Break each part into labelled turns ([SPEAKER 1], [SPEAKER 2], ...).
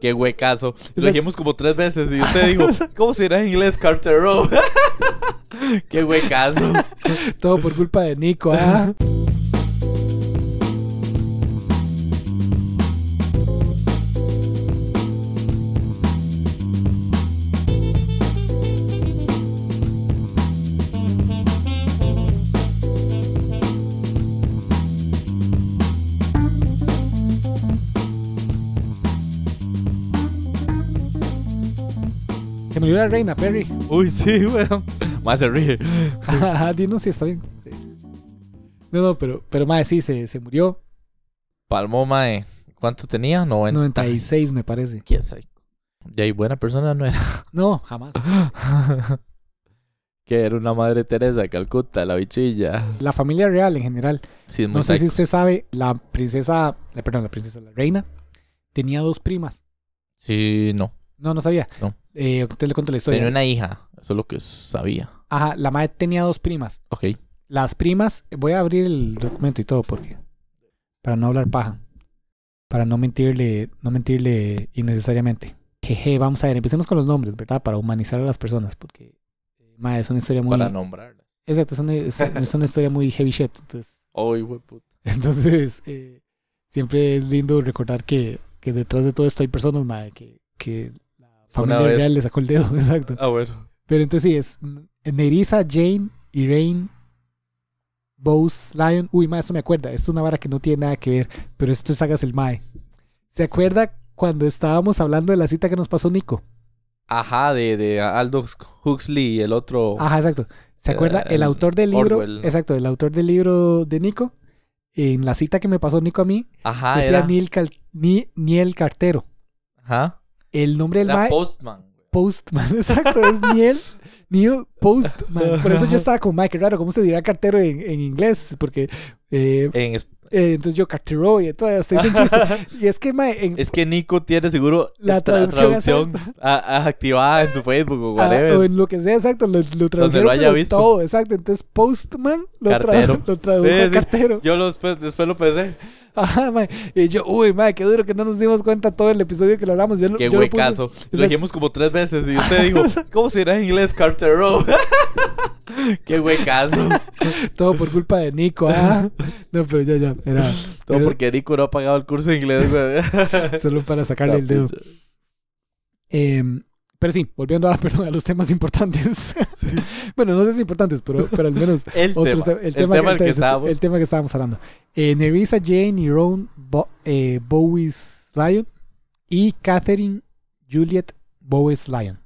[SPEAKER 1] Qué huecazo. Lo dijimos como tres veces y usted dijo, ¿cómo se dirá en inglés Carter Row? Qué huecazo.
[SPEAKER 2] Todo por culpa de Nico, ¿ah? Se me olvidó la reina, Perry.
[SPEAKER 1] Uy, sí, weón. Más se ríe.
[SPEAKER 2] Ajá, Ah, di, no, sí, está bien. No, no, pero, pero mae, sí, se, se murió.
[SPEAKER 1] Palmó, mae. ¿Cuánto tenía? 90.
[SPEAKER 2] 96, me parece.
[SPEAKER 1] ¿Quién sabe? Y ahí buena persona no era.
[SPEAKER 2] No, jamás.
[SPEAKER 1] que era una madre Teresa de Calcuta, la bichilla.
[SPEAKER 2] La familia real en general.
[SPEAKER 1] Sí, es muy
[SPEAKER 2] No sé si
[SPEAKER 1] psycho.
[SPEAKER 2] usted sabe, la princesa, la- perdón, la princesa, la reina, tenía dos primas.
[SPEAKER 1] Sí, no.
[SPEAKER 2] No, no sabía.
[SPEAKER 1] No.
[SPEAKER 2] Eh, usted le cuento la historia.
[SPEAKER 1] Tenía una hija. Eso es lo que sabía.
[SPEAKER 2] Ajá, la madre tenía dos primas.
[SPEAKER 1] Ok.
[SPEAKER 2] Las primas, voy a abrir el documento y todo porque para no hablar paja, para no mentirle, no mentirle innecesariamente. Jeje, vamos a ver, empecemos con los nombres, ¿verdad? Para humanizar a las personas, porque eh, mae, es una historia muy
[SPEAKER 1] Para nombrarla.
[SPEAKER 2] exacto, es una, es- es una historia muy heavy shit, entonces
[SPEAKER 1] Ay, güey, Oh, puta.
[SPEAKER 2] Entonces, eh, siempre es lindo recordar que, que detrás de todo esto hay personas, mae, que, que la familia
[SPEAKER 1] vez.
[SPEAKER 2] real le sacó el dedo, exacto.
[SPEAKER 1] Ah, bueno.
[SPEAKER 2] Pero entonces sí, es Nerissa, Jane, Irene, Bose, Lion. Uy, mae, esto me acuerda. Esto es una vara que no tiene nada que ver, pero esto es Sagas el Mae. ¿Se acuerda cuando estábamos hablando de la cita que nos pasó Nico?
[SPEAKER 1] Ajá, de, de Aldous Huxley y el otro.
[SPEAKER 2] Ajá, exacto. ¿Se acuerda?
[SPEAKER 1] Oh. Eh,
[SPEAKER 2] El autor del libro.
[SPEAKER 1] Orwell.
[SPEAKER 2] Exacto, el autor del libro de Nico. En la cita que me pasó Nico a mí,
[SPEAKER 1] Ajá,
[SPEAKER 2] decía
[SPEAKER 1] Ah, era.
[SPEAKER 2] Neil, Cal- Ni- Niel Cartero.
[SPEAKER 1] Ajá.
[SPEAKER 2] El nombre del
[SPEAKER 1] Era
[SPEAKER 2] mae
[SPEAKER 1] Postman. güey.
[SPEAKER 2] Postman, exacto, es Niel, Neil Postman. Por eso yo estaba como, mae, qué raro, ¿cómo se dirá cartero en, en inglés? Porque eh,
[SPEAKER 1] En es-
[SPEAKER 2] eh, entonces yo cartero y todo, hasta hice un chiste. Y es que, mae, en-
[SPEAKER 1] Es que Nico tiene seguro
[SPEAKER 2] La
[SPEAKER 1] esta- la
[SPEAKER 2] traducción
[SPEAKER 1] traducción a- a- activada en su Facebook o
[SPEAKER 2] ah, o
[SPEAKER 1] whatever.
[SPEAKER 2] en lo que sea, exacto, lo, lo tradujeron
[SPEAKER 1] eh. lo haya
[SPEAKER 2] pero
[SPEAKER 1] visto.
[SPEAKER 2] todo, exacto. Entonces Postman lo, tra-
[SPEAKER 1] Cartero.
[SPEAKER 2] lo tradujo
[SPEAKER 1] Sí,
[SPEAKER 2] a
[SPEAKER 1] sí.
[SPEAKER 2] cartero.
[SPEAKER 1] Yo lo después, después lo pensé.
[SPEAKER 2] Ajá, mae. Y yo, uy, mae, qué duro que no nos dimos cuenta todo el episodio que lo hablamos. Yo, lo-
[SPEAKER 1] Qué
[SPEAKER 2] yo lo puse-
[SPEAKER 1] huecazo. Lo,
[SPEAKER 2] Exacto.
[SPEAKER 1] dijimos como tres veces y usted dijo, ¿cómo se dirá en inglés Carter Row? Qué huecazo.
[SPEAKER 2] todo por culpa de Nico, ah. No, pero ya, ya, era
[SPEAKER 1] Todo
[SPEAKER 2] Pero-
[SPEAKER 1] porque Nico no ha pagado el curso de inglés, güey.
[SPEAKER 2] solo para sacarle el dedo. Em, pero sí, volviendo a, perdón, a los temas importantes. bueno, no sé si importantes, pero, pero al menos
[SPEAKER 1] El tema.
[SPEAKER 2] otros te-
[SPEAKER 1] el tema, del que
[SPEAKER 2] el-
[SPEAKER 1] estábamos.
[SPEAKER 2] el tema que estábamos hablando. Eh, Nerissa Jane y Ron Bo- eh, Bowes Lyon y Catherine Juliet Bowes Lyon.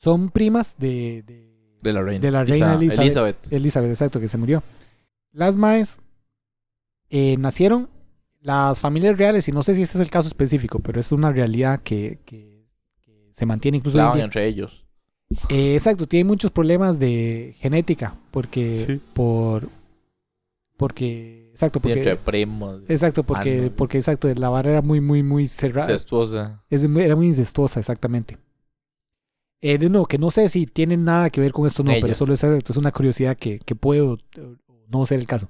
[SPEAKER 2] Son primas de, de
[SPEAKER 1] De la reina.
[SPEAKER 2] de la reina Elizabeth.
[SPEAKER 1] Elizabeth.
[SPEAKER 2] Elizabeth, exacto, que se murió. Las maes eh, nacieron, las familias reales, y no sé si este es el caso específico, pero es una realidad que, que- que se mantiene incluso hoy en
[SPEAKER 1] Clavan
[SPEAKER 2] día.
[SPEAKER 1] entre ellos.
[SPEAKER 2] Eh, exacto, tiene muchos problemas de genética, porque
[SPEAKER 1] Sí.
[SPEAKER 2] por porque exacto,
[SPEAKER 1] Y entre
[SPEAKER 2] porque
[SPEAKER 1] primos.
[SPEAKER 2] exacto, porque
[SPEAKER 1] hermanos.
[SPEAKER 2] porque exacto, la vara era muy muy muy cerrada,
[SPEAKER 1] Cestuosa.
[SPEAKER 2] es muy- era muy incestuosa exactamente. Eh, de nuevo, que no sé si tienen nada que ver con esto o no, pero
[SPEAKER 1] Ellas.
[SPEAKER 2] solo es, exacto, es una curiosidad que, que puede o- o no ser el caso.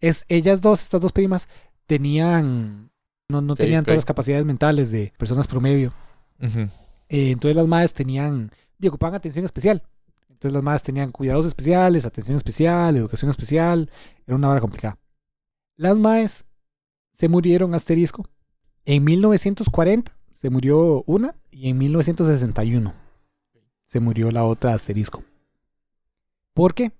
[SPEAKER 2] Es, ellas dos, estas dos primas, tenían, no, no
[SPEAKER 1] Ok,
[SPEAKER 2] tenían
[SPEAKER 1] ok.
[SPEAKER 2] todas las capacidades mentales de personas promedio.
[SPEAKER 1] Ujú.
[SPEAKER 2] Eh, entonces las madres tenían, y ocupaban atención especial. Entonces las madres tenían cuidados especiales, atención especial, educación especial. Era una hora complicada. Las madres se murieron asterisco. En 1940 se murió una y en 1961 se murió la otra asterisco. Porque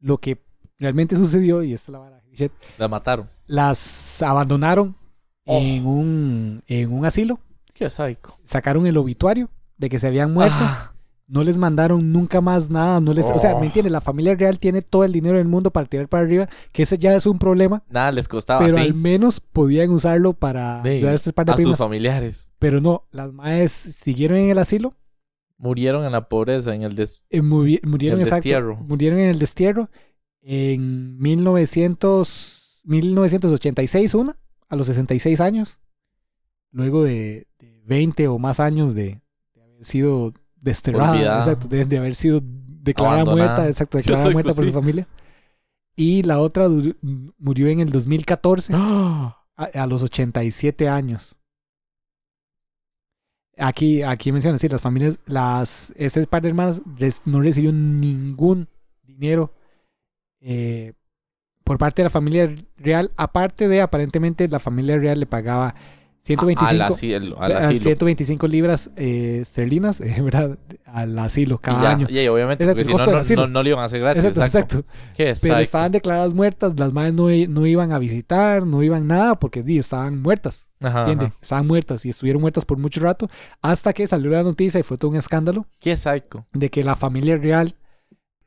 [SPEAKER 2] lo que realmente sucedió, y esta es la vara, Bichet,
[SPEAKER 1] La mataron.
[SPEAKER 2] las abandonaron
[SPEAKER 1] Oh.
[SPEAKER 2] en, un, en un asilo,
[SPEAKER 1] Qué sádico.
[SPEAKER 2] sacaron el obituario de que se habían muerto
[SPEAKER 1] Ah, Oh.
[SPEAKER 2] no les mandaron nunca más nada, no les, o sea, ¿me entiendes? La familia real tiene todo el dinero del mundo para tirar para arriba, que ese ya es un problema,
[SPEAKER 1] nada les costaba
[SPEAKER 2] pero
[SPEAKER 1] así
[SPEAKER 2] al menos podían usarlo para
[SPEAKER 1] De-
[SPEAKER 2] ayudar a este par de
[SPEAKER 1] Ah, a sus
[SPEAKER 2] primas,
[SPEAKER 1] familiares.
[SPEAKER 2] pero no, las madres siguieron en el asilo,
[SPEAKER 1] Murieron en la pobreza, en el des...
[SPEAKER 2] eh, muri- murieron
[SPEAKER 1] El
[SPEAKER 2] exacto,
[SPEAKER 1] destierro.
[SPEAKER 2] murieron en el destierro en 1900 1986 una a los 66 años, luego de, de 20 o más años de, de haber sido desterrada,
[SPEAKER 1] Olvidada.
[SPEAKER 2] exacto, de, de haber sido declarada
[SPEAKER 1] Abandonada.
[SPEAKER 2] muerta, exacto, declarada
[SPEAKER 1] soy
[SPEAKER 2] muerta por
[SPEAKER 1] cosí.
[SPEAKER 2] su familia. Y la otra dur- murió en el
[SPEAKER 1] ¡Ah!
[SPEAKER 2] 2014 a, a los 87 años. Aquí, aquí menciona, sí, las familias, las, ese par de hermanas res- no recibió ningún dinero eh, por parte de la familia real, aparte de aparentemente la familia real le pagaba
[SPEAKER 1] A- Al
[SPEAKER 2] 125,
[SPEAKER 1] asilo. Al
[SPEAKER 2] a-
[SPEAKER 1] asilo.
[SPEAKER 2] 125 libras eh, esterlinas, eh, ¿verdad? Al asilo
[SPEAKER 1] Y
[SPEAKER 2] cada
[SPEAKER 1] ya,
[SPEAKER 2] año.
[SPEAKER 1] y ahí, obviamente, porque
[SPEAKER 2] Exacto, el
[SPEAKER 1] si no,
[SPEAKER 2] costo del
[SPEAKER 1] no,
[SPEAKER 2] asilo.
[SPEAKER 1] no, no le iban a hacer gratis.
[SPEAKER 2] Exacto,
[SPEAKER 1] Exacto.
[SPEAKER 2] exacto.
[SPEAKER 1] Qué
[SPEAKER 2] Pero
[SPEAKER 1] psycho.
[SPEAKER 2] estaban declaradas muertas, las madres no, i- no iban a visitar, no iban nada porque di, estaban muertas.
[SPEAKER 1] Ajá, ajá.
[SPEAKER 2] ¿Entiendes? Estaban muertas y estuvieron muertas por mucho rato hasta que salió la noticia y fue todo un escándalo
[SPEAKER 1] Qué psycho.
[SPEAKER 2] de que la familia real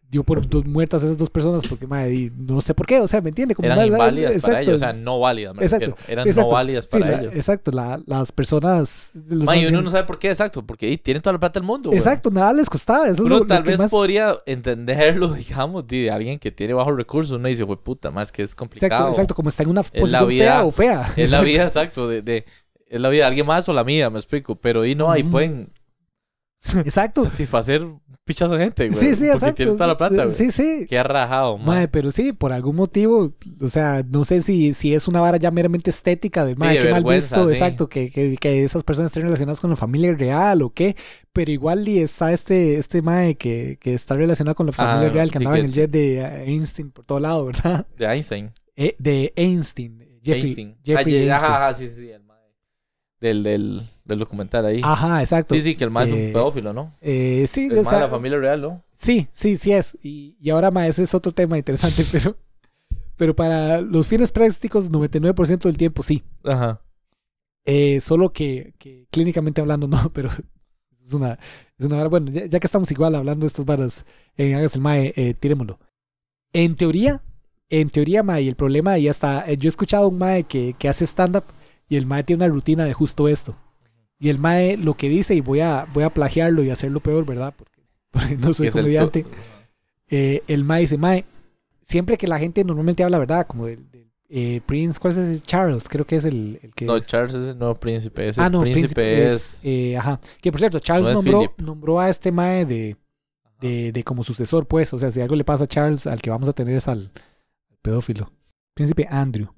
[SPEAKER 2] dio por dos muertas a esas dos personas porque, madre, di, no sé por qué, o sea, ¿me entiende? Como
[SPEAKER 1] Eran
[SPEAKER 2] una-
[SPEAKER 1] inválidas para
[SPEAKER 2] exacto.
[SPEAKER 1] ellos. O sea, no válidas, me
[SPEAKER 2] Exacto,
[SPEAKER 1] refiero. Eran
[SPEAKER 2] exacto.
[SPEAKER 1] no válidas
[SPEAKER 2] Sí,
[SPEAKER 1] para
[SPEAKER 2] la-
[SPEAKER 1] ellos.
[SPEAKER 2] Exacto, la- las personas... los
[SPEAKER 1] Ma,
[SPEAKER 2] más
[SPEAKER 1] y uno
[SPEAKER 2] bien-
[SPEAKER 1] no sabe por qué, exacto. Porque ahí tienen toda la plata del mundo. güey.
[SPEAKER 2] exacto, nada les costaba. Eso es
[SPEAKER 1] Uno
[SPEAKER 2] lo- lo
[SPEAKER 1] tal
[SPEAKER 2] que
[SPEAKER 1] vez
[SPEAKER 2] más-
[SPEAKER 1] podría entenderlo, digamos, de de alguien que tiene bajos recursos. Uno dice, güey, puta, más que es complicado.
[SPEAKER 2] Exacto, exacto, como está en una posición
[SPEAKER 1] vida-
[SPEAKER 2] fea o fea.
[SPEAKER 1] Es la vida, exacto, de, de- es la vida de alguien más o la mía, me explico. Pero ahí no, ahí
[SPEAKER 2] Ujú.
[SPEAKER 1] pueden
[SPEAKER 2] Exacto.
[SPEAKER 1] satisfacer pichas de gente, güey.
[SPEAKER 2] Sí, sí,
[SPEAKER 1] porque
[SPEAKER 2] exacto.
[SPEAKER 1] tienen toda la plata, güey.
[SPEAKER 2] Sí, sí.
[SPEAKER 1] Qué rajado, man.
[SPEAKER 2] Mae, pero sí, por algún motivo, o sea, no sé si, si es una vara ya meramente estética de, mae,
[SPEAKER 1] de
[SPEAKER 2] qué mal
[SPEAKER 1] vergüenza,
[SPEAKER 2] visto,
[SPEAKER 1] sí.
[SPEAKER 2] exacto, que, que, que esas personas estén relacionadas con la familia real o qué, pero igual y está este, este mae que, que está relacionado con la familia
[SPEAKER 1] Ah,
[SPEAKER 2] real, que
[SPEAKER 1] sí,
[SPEAKER 2] andaba
[SPEAKER 1] que-
[SPEAKER 2] en el jet de eh, Einstein por todo lado, ¿verdad?
[SPEAKER 1] De Einstein.
[SPEAKER 2] Eh, de Einstein, eh, Jeffrey,
[SPEAKER 1] Einstein.
[SPEAKER 2] Jeffrey
[SPEAKER 1] Ah, ye-
[SPEAKER 2] Einstein.
[SPEAKER 1] Ajá, ajá, sí, sí, el mae. Del, del, del documental ahí.
[SPEAKER 2] Ajá, exacto.
[SPEAKER 1] sí, sí, que el mae es
[SPEAKER 2] Ah, que-
[SPEAKER 1] un pedófilo, ¿no?
[SPEAKER 2] Eh, sí,
[SPEAKER 1] El
[SPEAKER 2] o
[SPEAKER 1] mae
[SPEAKER 2] sea,
[SPEAKER 1] de la familia real, ¿no?
[SPEAKER 2] Sí, sí, sí es. Y, y ahora, ma, ese es otro tema interesante, pero, pero para los fines prácticos, 99% del tiempo sí.
[SPEAKER 1] Ajá.
[SPEAKER 2] Eh, solo que, que clínicamente hablando, no, pero es una, es una vara. Bueno, ya, ya que estamos igual hablando de estas varas, eh, hagas el mae, eh, tirémoslo. En teoría, en teoría, mae, y el problema, y hasta eh, yo he escuchado a un mae que, que hace stand-up y el mae tiene una rutina de justo esto. Y el mae lo que dice, y voy a, voy a plagiarlo y hacerlo peor, ¿verdad? Porque, porque no soy
[SPEAKER 1] Que es el
[SPEAKER 2] comediante
[SPEAKER 1] to-
[SPEAKER 2] eh, el Mae dice, Mae, siempre que la gente normalmente habla, ¿verdad? Como del, del, eh, Prince, ¿cuál es ese? Charles, creo que es el, el que...
[SPEAKER 1] No,
[SPEAKER 2] es-
[SPEAKER 1] Charles es el nuevo príncipe. Ese
[SPEAKER 2] ah, no,
[SPEAKER 1] príncipe, es.
[SPEAKER 2] eh, ajá. Que por cierto, Charles
[SPEAKER 1] no es
[SPEAKER 2] nombró,
[SPEAKER 1] Philip.
[SPEAKER 2] nombró a este Mae de, de, de como sucesor, pues. O sea, si algo le pasa a Charles, al que vamos a tener es al pedófilo. Príncipe Andrew.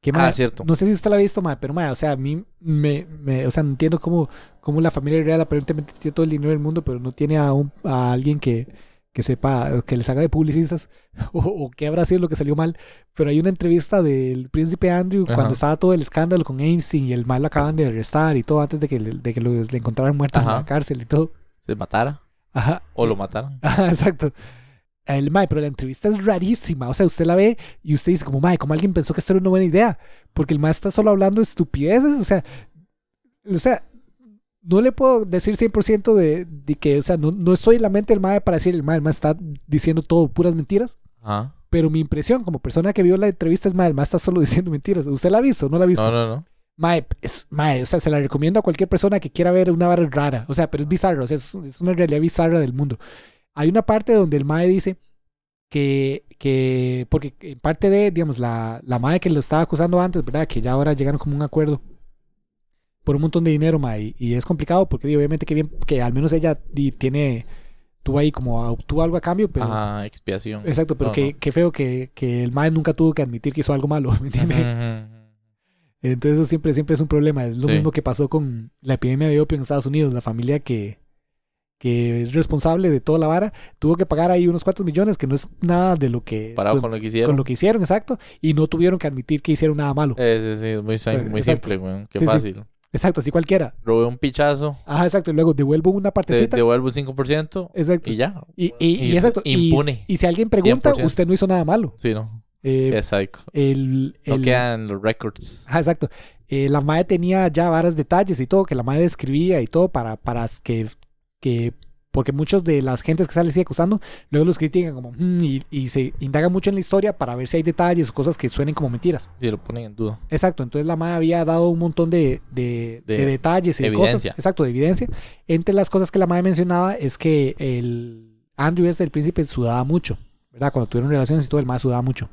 [SPEAKER 2] ¿Qué
[SPEAKER 1] Ah,
[SPEAKER 2] mae?
[SPEAKER 1] cierto.
[SPEAKER 2] No sé si usted la ha visto, mae, pero mae, o sea, a mí me, me- o sea, no entiendo cómo, cómo la familia real aparentemente tiene todo el dinero del mundo, pero no tiene a, un, a alguien que, que sepa, que les haga de publicistas, o, o qué habrá sido lo que salió mal. Pero hay una entrevista del príncipe Andrew
[SPEAKER 1] Ajá.
[SPEAKER 2] cuando estaba todo el escándalo con Einstein y el mal lo acaban de arrestar y todo antes de que le, de que lo- le encontraran muerto en
[SPEAKER 1] Ajá.
[SPEAKER 2] la cárcel y todo.
[SPEAKER 1] ¿Se matara?
[SPEAKER 2] Ajá.
[SPEAKER 1] ¿O lo mataron?
[SPEAKER 2] Ajá, exacto. El mae, pero la entrevista es rarísima. O sea, usted la ve y usted dice como, mae, ¿cómo alguien pensó que esto era una buena idea? Porque el mae está solo hablando de estupideces. O sea, o sea, no le puedo decir 100% de, de que, o sea, no, no estoy en la mente del mae para decir, el mae, el mae está diciendo todo, puras mentiras.
[SPEAKER 1] Ajá.
[SPEAKER 2] Pero mi impresión como persona que vio la entrevista es, mae, el mae está solo diciendo mentiras. ¿Usted la ha visto? ¿No la ha visto?
[SPEAKER 1] No, no, no.
[SPEAKER 2] Mae, es- mae, o sea, se la recomiendo a cualquier persona que quiera ver una vara rara. O sea, pero es bizarro, o sea, es, es una realidad bizarra del mundo. Hay una parte donde el Mae dice que, que porque en parte de, digamos, la, la Mae que lo estaba acusando antes, ¿verdad? Que ya ahora llegaron como un acuerdo por un montón de dinero, Mae. Y, y es complicado porque di, obviamente que bien, que al menos ella di, tiene, tuvo ahí como, obtuvo algo a cambio, pero...
[SPEAKER 1] Ajá, expiación.
[SPEAKER 2] Exacto, pero
[SPEAKER 1] No,
[SPEAKER 2] que,
[SPEAKER 1] no.
[SPEAKER 2] qué feo que, que el Mae nunca tuvo que admitir que hizo algo malo, ¿me entiendes?
[SPEAKER 1] Ujú, ujú.
[SPEAKER 2] Entonces eso siempre, siempre es un problema. Es lo
[SPEAKER 1] Sí.
[SPEAKER 2] mismo que pasó con la epidemia de opio en Estados Unidos. La familia que, que es responsable de toda la vara tuvo que pagar ahí unos cuantos millones, que no es nada de lo que...
[SPEAKER 1] Parado con
[SPEAKER 2] con-
[SPEAKER 1] lo que
[SPEAKER 2] con
[SPEAKER 1] hicieron.
[SPEAKER 2] lo que hicieron, exacto. Y no tuvieron que admitir que hicieron nada malo.
[SPEAKER 1] Eh, sí, sí, es muy, sim-
[SPEAKER 2] O sea,
[SPEAKER 1] muy
[SPEAKER 2] exacto.
[SPEAKER 1] simple, güey. Qué
[SPEAKER 2] Sí, sí.
[SPEAKER 1] fácil.
[SPEAKER 2] Exacto, así cualquiera.
[SPEAKER 1] Robé un pichazo, eh,
[SPEAKER 2] Ajá, exacto. Y luego devuelvo una
[SPEAKER 1] te,
[SPEAKER 2] partecita.
[SPEAKER 1] devuelvo un 5%
[SPEAKER 2] exacto.
[SPEAKER 1] y
[SPEAKER 2] Y,
[SPEAKER 1] ya.
[SPEAKER 2] y- y
[SPEAKER 1] y
[SPEAKER 2] exacto.
[SPEAKER 1] se-
[SPEAKER 2] y-
[SPEAKER 1] impune.
[SPEAKER 2] Y, si alguien pregunta,
[SPEAKER 1] 100%.
[SPEAKER 2] usted no hizo nada malo.
[SPEAKER 1] Sí, ¿no?
[SPEAKER 2] Eh,
[SPEAKER 1] Qué psycho.
[SPEAKER 2] el,
[SPEAKER 1] No
[SPEAKER 2] el-
[SPEAKER 1] quedan los records.
[SPEAKER 2] Ajá, exacto. Eh, la madre tenía ya varios detalles y todo, que la madre escribía y todo para, para que, que... Porque muchos de las gentes que sale sigue acusando, luego los critican como... "Mm", y, y se indaga mucho en la historia para ver si hay detalles o cosas que suenen como mentiras.
[SPEAKER 1] Si lo ponen en duda.
[SPEAKER 2] Exacto, entonces la madre había dado un montón de, de-
[SPEAKER 1] De
[SPEAKER 2] de detalles y de
[SPEAKER 1] evidencia.
[SPEAKER 2] cosas. Exacto, de evidencia. Entre las cosas que la madre mencionaba es que el Andrew es el príncipe sudaba mucho, ¿verdad? Cuando tuvieron relaciones y todo, el mae sudaba mucho.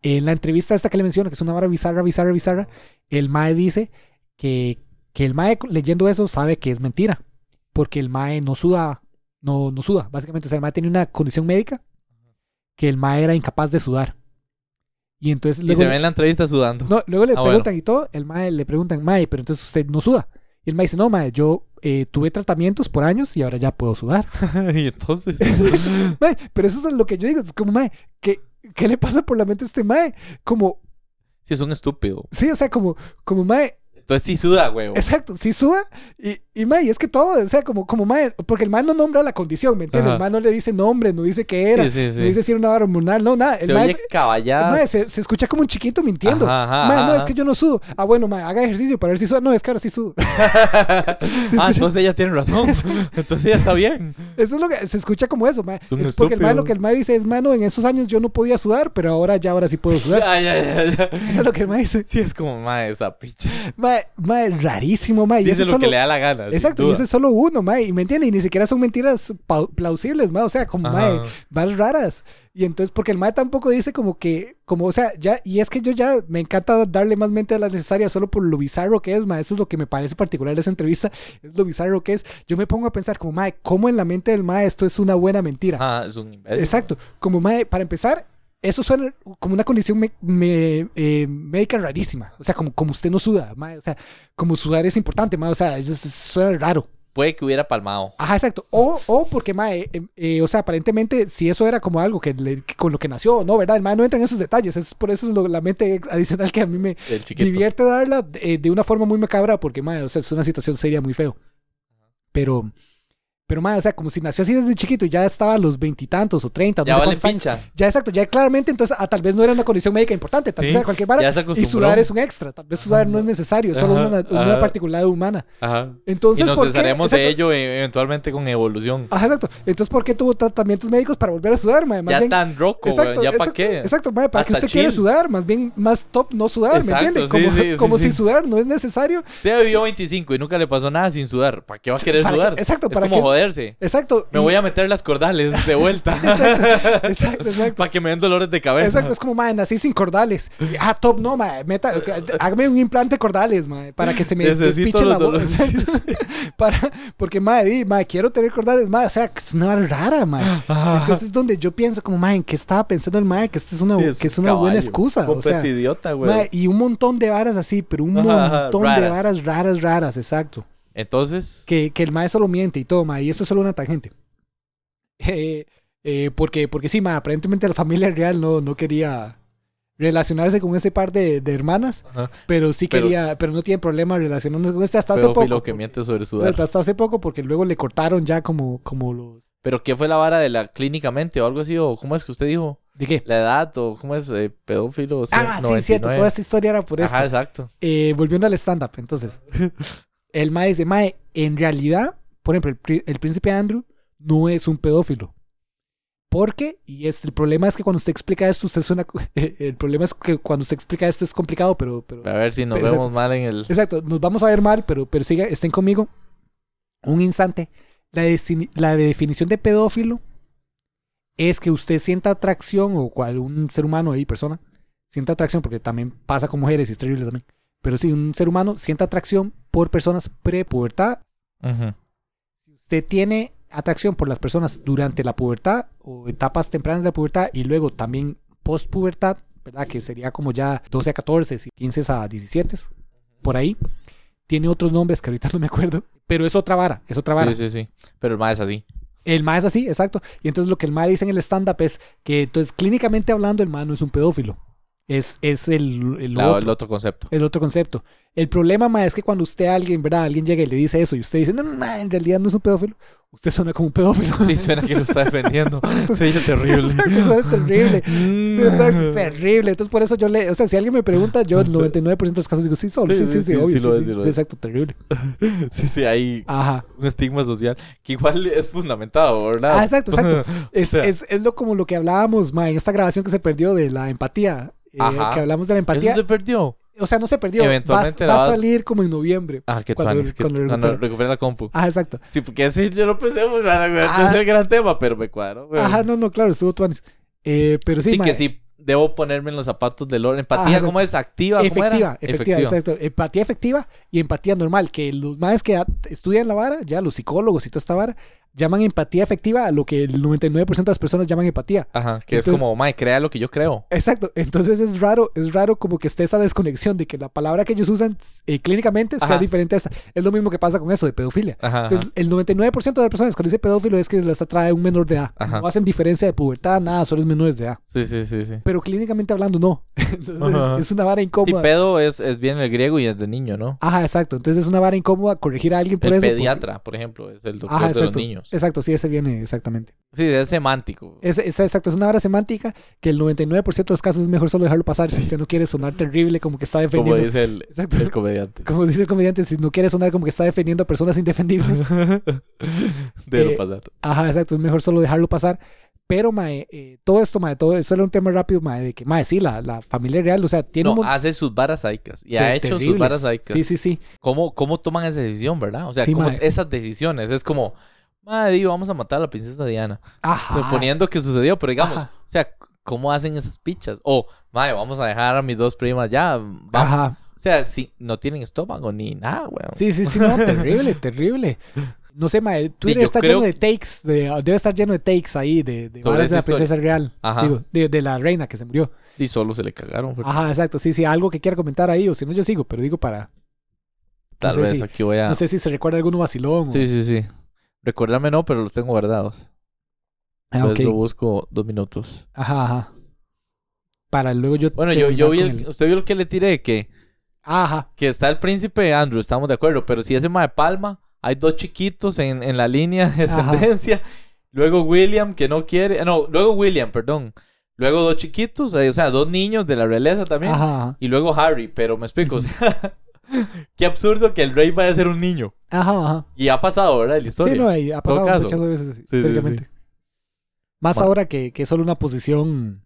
[SPEAKER 2] En la entrevista esta que le menciono, que es una vara bizarra, bizarra, bizarra, el mae dice que, que el mae leyendo eso sabe que es mentira, porque el mae no sudaba, no, no suda, básicamente. O sea, el mae tenía una condición médica que el mae era incapaz de sudar. Y entonces
[SPEAKER 1] Y
[SPEAKER 2] luego-
[SPEAKER 1] se ve en la entrevista sudando.
[SPEAKER 2] no, luego le
[SPEAKER 1] Ah, bueno.
[SPEAKER 2] preguntan y todo, el mae le preguntan, mae, pero entonces usted no suda. Y el mae dice, no, mae, yo eh, tuve tratamientos por años y ahora ya puedo sudar.
[SPEAKER 1] y entonces.
[SPEAKER 2] Mae, pero eso es lo que yo digo. Es como, mae, ¿qué, ¿qué le pasa por la mente a este mae? Como,
[SPEAKER 1] sí, es un estúpido.
[SPEAKER 2] sí, o sea, como, como mae,
[SPEAKER 1] Entonces sí suda, huevo.
[SPEAKER 2] exacto, sí suda. Y, y mae, es que todo, o sea, como, como mae, porque el mae no nombra la condición, ¿me entiendes?
[SPEAKER 1] Ajá.
[SPEAKER 2] El mae no le dice nombre, no dice qué era,
[SPEAKER 1] Sí, sí,
[SPEAKER 2] no
[SPEAKER 1] sí.
[SPEAKER 2] dice si era una vara hormonal, no, nada. El
[SPEAKER 1] se
[SPEAKER 2] mae
[SPEAKER 1] oye
[SPEAKER 2] es-
[SPEAKER 1] caballadas.
[SPEAKER 2] Mae, se, se escucha como un chiquito mintiendo.
[SPEAKER 1] Ajá, ajá,
[SPEAKER 2] Mae, no,
[SPEAKER 1] ajá.
[SPEAKER 2] es que yo no sudo. Ah, bueno, mae, haga ejercicio para ver si suda. No, es que ahora sí sudo.
[SPEAKER 1] ah, entonces ella tiene razón. entonces ella está bien.
[SPEAKER 2] Eso es lo que se escucha como eso, mae.
[SPEAKER 1] un
[SPEAKER 2] Es porque el mae
[SPEAKER 1] estúpido.
[SPEAKER 2] lo que el mae dice es, mano, en esos años yo no podía sudar, pero ahora ya, ahora sí puedo sudar.
[SPEAKER 1] Ay, ay, ay, ay.
[SPEAKER 2] Eso es lo que el mae dice.
[SPEAKER 1] Sí, es como, mae, esa picha.
[SPEAKER 2] Mae, mae, rarísimo, mae. Y ese
[SPEAKER 1] Dice
[SPEAKER 2] es
[SPEAKER 1] lo
[SPEAKER 2] solo-
[SPEAKER 1] que le da la gana. sin
[SPEAKER 2] Exacto, y
[SPEAKER 1] duda.
[SPEAKER 2] ese es solo uno, mae. Y me entiende, y ni siquiera son mentiras pa- plausibles, mae. O sea, como,
[SPEAKER 1] Ajá.
[SPEAKER 2] mae, más raras. Y entonces, porque el mae tampoco dice como que, como, o sea, ya, y es que yo ya me encanta darle más mente a la necesaria solo por lo bizarro que es, mae. Eso es lo que me parece particular de esa entrevista, es lo bizarro que es. Yo me pongo a pensar como, mae, ¿cómo en la mente del mae esto es una buena mentira?
[SPEAKER 1] Ajá, es un imbécil.
[SPEAKER 2] Exacto, como, mae, para empezar, eso suena como una condición me, me- eh, médica rarísima. O sea, como, como usted no suda, mae. O sea, como sudar es importante, mae. O sea, eso eso suena raro.
[SPEAKER 1] Puede que hubiera palmado.
[SPEAKER 2] Ajá, exacto. O, o porque, mae, eh, eh, o sea, aparentemente, si eso era como algo que le- que- con lo que nació, o ¿no? ¿Verdad? El mae no entra en esos detalles. Es por eso es lo- la mente adicional que a mí me
[SPEAKER 1] El chiquito.
[SPEAKER 2] divierte darla eh, de una forma muy macabra, porque, mae, o sea, es una situación seria muy feo. Pero, pero, mae, o sea, como si nació así desde chiquito y ya estaba a los veintitantos o treinta, no
[SPEAKER 1] ya
[SPEAKER 2] sé
[SPEAKER 1] vale
[SPEAKER 2] cuántos años.
[SPEAKER 1] pincha.
[SPEAKER 2] Ya, exacto, ya claramente, entonces, ah, tal vez no era una condición médica importante, tal vez
[SPEAKER 1] Sí,
[SPEAKER 2] era cualquier vara.
[SPEAKER 1] Ya se acostumbró.
[SPEAKER 2] Y sudar es un extra, tal vez sudar no es necesario, es solo
[SPEAKER 1] Ajá,
[SPEAKER 2] una, una
[SPEAKER 1] ajá.
[SPEAKER 2] particularidad humana.
[SPEAKER 1] Ajá.
[SPEAKER 2] Entonces,
[SPEAKER 1] y nos
[SPEAKER 2] ¿por qué?
[SPEAKER 1] cesaremos
[SPEAKER 2] Exacto. Ah,
[SPEAKER 1] de ello e- eventualmente con evolución.
[SPEAKER 2] Ajá, exacto. Entonces, ¿por qué tuvo tratamientos médicos para volver a sudar, mae? Más
[SPEAKER 1] ya
[SPEAKER 2] bien-
[SPEAKER 1] tan roco,
[SPEAKER 2] exacto,
[SPEAKER 1] weón, ya
[SPEAKER 2] exacto,
[SPEAKER 1] para qué.
[SPEAKER 2] Exacto, mae, ¿para qué
[SPEAKER 1] Hasta
[SPEAKER 2] usted quiere
[SPEAKER 1] chill.
[SPEAKER 2] sudar? Más bien, más top no sudar,
[SPEAKER 1] Exacto,
[SPEAKER 2] ¿me
[SPEAKER 1] sí,
[SPEAKER 2] entiende? como
[SPEAKER 1] sí, sí,
[SPEAKER 2] como
[SPEAKER 1] sí.
[SPEAKER 2] sin sudar no es necesario.
[SPEAKER 1] Se vivió 25 y nunca le pasó nada sin sudar. ¿Para qué va a querer
[SPEAKER 2] ¿Para qué?
[SPEAKER 1] sudar?
[SPEAKER 2] Exacto,
[SPEAKER 1] es
[SPEAKER 2] ¿para
[SPEAKER 1] como
[SPEAKER 2] qué?
[SPEAKER 1] joderse.
[SPEAKER 2] Exacto.
[SPEAKER 1] Me
[SPEAKER 2] y-
[SPEAKER 1] voy a meter las cordales de vuelta.
[SPEAKER 2] Exacto, exacto, exacto.
[SPEAKER 1] para que me den dolores de cabeza.
[SPEAKER 2] Exacto, es como, mae, nací sin cordales. Ah, top no, mae, meta, hágame un implante de cordales, mae, para que se me
[SPEAKER 1] Necesito
[SPEAKER 2] despiche
[SPEAKER 1] los
[SPEAKER 2] la voz.
[SPEAKER 1] dolores.
[SPEAKER 2] Exacto. para, porque, mae, di, mae, quiero tener cordales, mae, o sea, que es una vara rara, mae.
[SPEAKER 1] Ajá.
[SPEAKER 2] Entonces es donde yo pienso como, mae, ¿en qué estaba pensando el mae? Que esto es una,
[SPEAKER 1] Sí,
[SPEAKER 2] que es
[SPEAKER 1] un
[SPEAKER 2] una buena
[SPEAKER 1] caballo.
[SPEAKER 2] excusa. O
[SPEAKER 1] Completo
[SPEAKER 2] sea,
[SPEAKER 1] idiota, güey.
[SPEAKER 2] Mae, y un montón de varas así, pero un
[SPEAKER 1] Ajá, ajá,
[SPEAKER 2] montón de
[SPEAKER 1] raras.
[SPEAKER 2] varas raras, raras, exacto.
[SPEAKER 1] Entonces,
[SPEAKER 2] Que, que el maestro lo miente y todo, mae, y esto es solo una tangente. Eh, eh, porque, porque sí, mae, aparentemente la familia real no, no quería relacionarse con ese par de, de hermanas,
[SPEAKER 1] Ajá.
[SPEAKER 2] pero sí
[SPEAKER 1] Pero-
[SPEAKER 2] quería, pero no tiene problema relacionándose con este hasta hace poco.
[SPEAKER 1] pedófilo que
[SPEAKER 2] porque-
[SPEAKER 1] miente sobre sudar.
[SPEAKER 2] hasta hace poco, porque luego le cortaron ya como, como los.
[SPEAKER 1] ¿Pero qué fue la vara de la clínicamente o algo así? ¿O cómo es que usted dijo?
[SPEAKER 2] ¿De qué?
[SPEAKER 1] ¿La edad o cómo es? eh, ¿Pedófilo? o sea,
[SPEAKER 2] Ah, sí, cierto,
[SPEAKER 1] 99?
[SPEAKER 2] toda esta historia era por esto.
[SPEAKER 1] Ajá, exacto.
[SPEAKER 2] eh, volviendo al stand-up, entonces, el Mae dice, Mae, en realidad, por ejemplo, el, pri- el príncipe Andrew no es un pedófilo. Porque, y es, el problema es que cuando usted explica esto, usted suena, el problema es que cuando usted explica esto es complicado, pero... pero
[SPEAKER 1] A ver si nos
[SPEAKER 2] Exacto.
[SPEAKER 1] vemos mal en el...
[SPEAKER 2] exacto, nos vamos a ver mal, pero, pero siga, estén conmigo un instante. La, desini- la definición de pedófilo es que usted sienta atracción o cual un ser humano y persona sienta atracción, porque también pasa con mujeres y es terrible también. Pero si un ser humano sienta atracción por personas prepubertad,
[SPEAKER 1] Ujú.
[SPEAKER 2] si usted tiene atracción por las personas durante la pubertad o etapas tempranas de la pubertad y luego también post pubertad, ¿verdad? Que sería como ya 12 a 14, sí, 15 a 17, por ahí. Tiene otros nombres que ahorita no me acuerdo, pero es otra vara, es otra vara.
[SPEAKER 1] Sí, sí, sí. Pero el más es así.
[SPEAKER 2] El MA es así, exacto. Y entonces lo que el MA dice en el stand-up es que, entonces, clínicamente hablando, el MA no es un pedófilo. Es, es el, el
[SPEAKER 1] La-
[SPEAKER 2] otro,
[SPEAKER 1] el otro concepto.
[SPEAKER 2] el otro concepto. El problema, ma, es que cuando usted a alguien, ¿verdad? Alguien llega y le dice eso y usted dice, no, no, ma, en realidad no es un pedófilo. Usted suena como un pedófilo.
[SPEAKER 1] Sí, suena que lo está defendiendo. Se dice terrible.
[SPEAKER 2] Exacto, suena terrible.
[SPEAKER 1] Mm.
[SPEAKER 2] Exacto, es terrible. Entonces, por eso yo le. O sea, si alguien me pregunta, yo el 99% de los casos digo, sí, solo. Sí, sí, sí,
[SPEAKER 1] sí,
[SPEAKER 2] obvio.
[SPEAKER 1] sí lo
[SPEAKER 2] sí,
[SPEAKER 1] es,
[SPEAKER 2] sí,
[SPEAKER 1] sí lo
[SPEAKER 2] sí,
[SPEAKER 1] es.
[SPEAKER 2] exacto, terrible.
[SPEAKER 1] Sí, sí, hay
[SPEAKER 2] Ajá.
[SPEAKER 1] un estigma social que igual es fundamentado, ¿verdad?
[SPEAKER 2] Ah, exacto, exacto. Es,
[SPEAKER 1] sea-
[SPEAKER 2] es, es lo, como lo que hablábamos, ma, en esta grabación que se perdió de la empatía. eh,
[SPEAKER 1] Ajá.
[SPEAKER 2] que hablamos de la
[SPEAKER 1] ¿Eso
[SPEAKER 2] empatía.
[SPEAKER 1] se perdió?
[SPEAKER 2] O sea, no se perdió.
[SPEAKER 1] Eventualmente
[SPEAKER 2] va,
[SPEAKER 1] la
[SPEAKER 2] va a
[SPEAKER 1] vas-
[SPEAKER 2] salir como en noviembre.
[SPEAKER 1] Ah, que
[SPEAKER 2] Cuando-
[SPEAKER 1] tuanis, que
[SPEAKER 2] cuando
[SPEAKER 1] cuando,
[SPEAKER 2] lo recupera.
[SPEAKER 1] recupera la compu.
[SPEAKER 2] Ajá, exacto.
[SPEAKER 1] Sí, porque ese yo lo pensé, güey, la- la-
[SPEAKER 2] Ah.
[SPEAKER 1] es el gran tema, pero me cuadro. güey.
[SPEAKER 2] Ajá, no, no, claro, estuvo Tuanis. Eh, pero sí,
[SPEAKER 1] sí,
[SPEAKER 2] ma,
[SPEAKER 1] que sí, debo ponerme en los zapatos de Lord. Empatía,
[SPEAKER 2] Ajá,
[SPEAKER 1] ¿cómo es? ¿Activa? ¿Cómo
[SPEAKER 2] Efectiva,
[SPEAKER 1] era?
[SPEAKER 2] efectiva, exacto. Empatía efectiva y empatía normal, que los más que a- estudian la vara, ya los psicólogos y toda esta vara, llaman empatía efectiva a lo que el 99% de las personas llaman empatía.
[SPEAKER 1] Ajá, que
[SPEAKER 2] Entonces-
[SPEAKER 1] es como, mae, crea lo que yo creo.
[SPEAKER 2] Exacto, entonces es raro, es raro como que esté esa desconexión de que la palabra que ellos usan eh, clínicamente sea
[SPEAKER 1] Ajá.
[SPEAKER 2] diferente a esta. Es lo mismo que pasa con eso de pedofilia.
[SPEAKER 1] Ajá.
[SPEAKER 2] Entonces, el 99% de las personas cuando dice pedófilo es que las atrae un menor de edad.
[SPEAKER 1] Ajá.
[SPEAKER 2] No hacen diferencia de pubertad, nada, solo es menores de edad.
[SPEAKER 1] sí, sí, sí, sí.
[SPEAKER 2] Pero clínicamente hablando, no. Entonces,
[SPEAKER 1] Ajá.
[SPEAKER 2] es una vara
[SPEAKER 1] Sí,
[SPEAKER 2] incómoda.
[SPEAKER 1] pedo es, es bien el griego y es de niño, ¿no?
[SPEAKER 2] Ajá, exacto. Entonces, es una vara incómoda corregir a alguien por
[SPEAKER 1] el
[SPEAKER 2] eso. porque-
[SPEAKER 1] pediatra, por ejemplo, es el doctor
[SPEAKER 2] Ajá,
[SPEAKER 1] de los
[SPEAKER 2] exacto.
[SPEAKER 1] niños.
[SPEAKER 2] Exacto, sí, ese viene exactamente.
[SPEAKER 1] Sí, es semántico.
[SPEAKER 2] Es, es- exacto, es una vara semántica que el 99% de los casos es mejor solo dejarlo pasar si usted no quiere sonar terrible como que está
[SPEAKER 1] como
[SPEAKER 2] defendiendo.
[SPEAKER 1] dice el,
[SPEAKER 2] Exacto.
[SPEAKER 1] el comediante.
[SPEAKER 2] Como dice el comediante, si no quiere sonar como que está defendiendo a personas indefendibles.
[SPEAKER 1] de lo
[SPEAKER 2] Eh,
[SPEAKER 1] pasar.
[SPEAKER 2] Ajá, exacto, es mejor solo dejarlo pasar. Pero, mae, eh, todo esto, mae, todo eso era un tema rápido, mae, de que, mae, sí, la, la familia real, o sea, tiene
[SPEAKER 1] No,
[SPEAKER 2] un mon-
[SPEAKER 1] hace sus varas saicas. Y
[SPEAKER 2] son
[SPEAKER 1] ha hecho sus
[SPEAKER 2] terribles.
[SPEAKER 1] varas saicas.
[SPEAKER 2] Sí, sí, sí.
[SPEAKER 1] ¿Cómo, ¿Cómo toman esa decisión, verdad? O sea,
[SPEAKER 2] Sí,
[SPEAKER 1] cómo-
[SPEAKER 2] mae.
[SPEAKER 1] esas decisiones. Es como, madre, digo, vamos a matar a la princesa Diana.
[SPEAKER 2] Ajá.
[SPEAKER 1] Suponiendo que sucedió, pero digamos,
[SPEAKER 2] Ajá.
[SPEAKER 1] o sea, c- ¿cómo hacen esas pichas? O, madre, vamos a dejar a mis dos primas ya. Vamos.
[SPEAKER 2] Ajá.
[SPEAKER 1] O sea, si no tienen estómago ni nada, weón.
[SPEAKER 2] Sí, sí, sí, no, terrible, terrible. No sé, mae, Twitter
[SPEAKER 1] yo
[SPEAKER 2] está
[SPEAKER 1] creo-
[SPEAKER 2] lleno de takes, de- debe estar lleno de takes ahí, de, de
[SPEAKER 1] Sobre
[SPEAKER 2] varas de
[SPEAKER 1] esa
[SPEAKER 2] la
[SPEAKER 1] historia.
[SPEAKER 2] princesa real.
[SPEAKER 1] Ajá.
[SPEAKER 2] Digo, Ah, de, de la reina que se murió.
[SPEAKER 1] Y solo se le cagaron. fue-
[SPEAKER 2] Ajá, exacto, sí, sí, algo que quiera comentar ahí, o si no, yo sigo, pero digo para.
[SPEAKER 1] Tal
[SPEAKER 2] sé
[SPEAKER 1] vez
[SPEAKER 2] si-
[SPEAKER 1] aquí voy a.
[SPEAKER 2] No sé si se recuerda alguno vacilón. o-
[SPEAKER 1] Ah. Sí, sí, sí. Recuérdame, no, pero los tengo guardados.
[SPEAKER 2] Ah,
[SPEAKER 1] Entonces
[SPEAKER 2] ok.
[SPEAKER 1] pues lo busco dos minutos.
[SPEAKER 2] Ajá, ajá. Para luego yo.
[SPEAKER 1] Bueno, yo,
[SPEAKER 2] terminar
[SPEAKER 1] yo vi
[SPEAKER 2] con
[SPEAKER 1] el, Usted vio el que le tiré, que,
[SPEAKER 2] Ajá.
[SPEAKER 1] que está el príncipe Andrew, estamos de acuerdo. Pero si ese ma de Palma, hay dos chiquitos en, en la línea de
[SPEAKER 2] Ajá.
[SPEAKER 1] descendencia. Luego William, que no quiere. No, luego William, perdón. Luego dos chiquitos, eh, o sea, dos niños de la realeza también.
[SPEAKER 2] Ajá. ajá.
[SPEAKER 1] Y luego Harry, pero me explico. o sea, qué absurdo que el rey vaya a ser un niño.
[SPEAKER 2] Ajá, ajá.
[SPEAKER 1] Y ha pasado, ¿verdad? La historia.
[SPEAKER 2] Sí, no, ahí ha
[SPEAKER 1] Todo
[SPEAKER 2] pasado
[SPEAKER 1] caso.
[SPEAKER 2] muchas veces.
[SPEAKER 1] sí,
[SPEAKER 2] históricamente. Más
[SPEAKER 1] Ma-
[SPEAKER 2] ahora que, que es solo una posición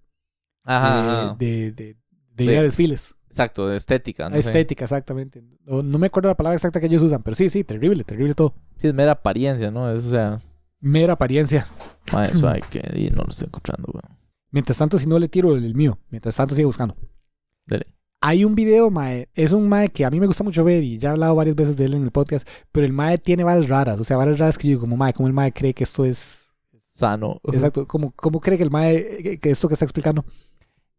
[SPEAKER 2] eh,
[SPEAKER 1] Ajá, ajá.
[SPEAKER 2] de, de, de, de ir
[SPEAKER 1] De-
[SPEAKER 2] a desfiles.
[SPEAKER 1] Exacto, de estética. Ah, No sé.
[SPEAKER 2] Estética, exactamente. No, no me acuerdo la palabra exacta que ellos usan, pero sí, sí, terrible, terrible todo.
[SPEAKER 1] Sí, es mera apariencia, ¿no? Es, o sea,
[SPEAKER 2] Mera apariencia.
[SPEAKER 1] mae, eso hay que. Y no lo estoy encontrando, weón.
[SPEAKER 2] Mientras tanto, si no le tiro el, el mío, mientras tanto sigue buscando.
[SPEAKER 1] Dele.
[SPEAKER 2] Hay un video, Mae, es un Mae que a mí me gusta mucho ver y ya he hablado varias veces de él en el podcast, pero el Mae tiene varas raras, o sea, varas raras que yo digo, como Mae, como el Mae cree que esto es...
[SPEAKER 1] Sano.
[SPEAKER 2] Exacto, como, como cree que el Mae, eh, que esto que está explicando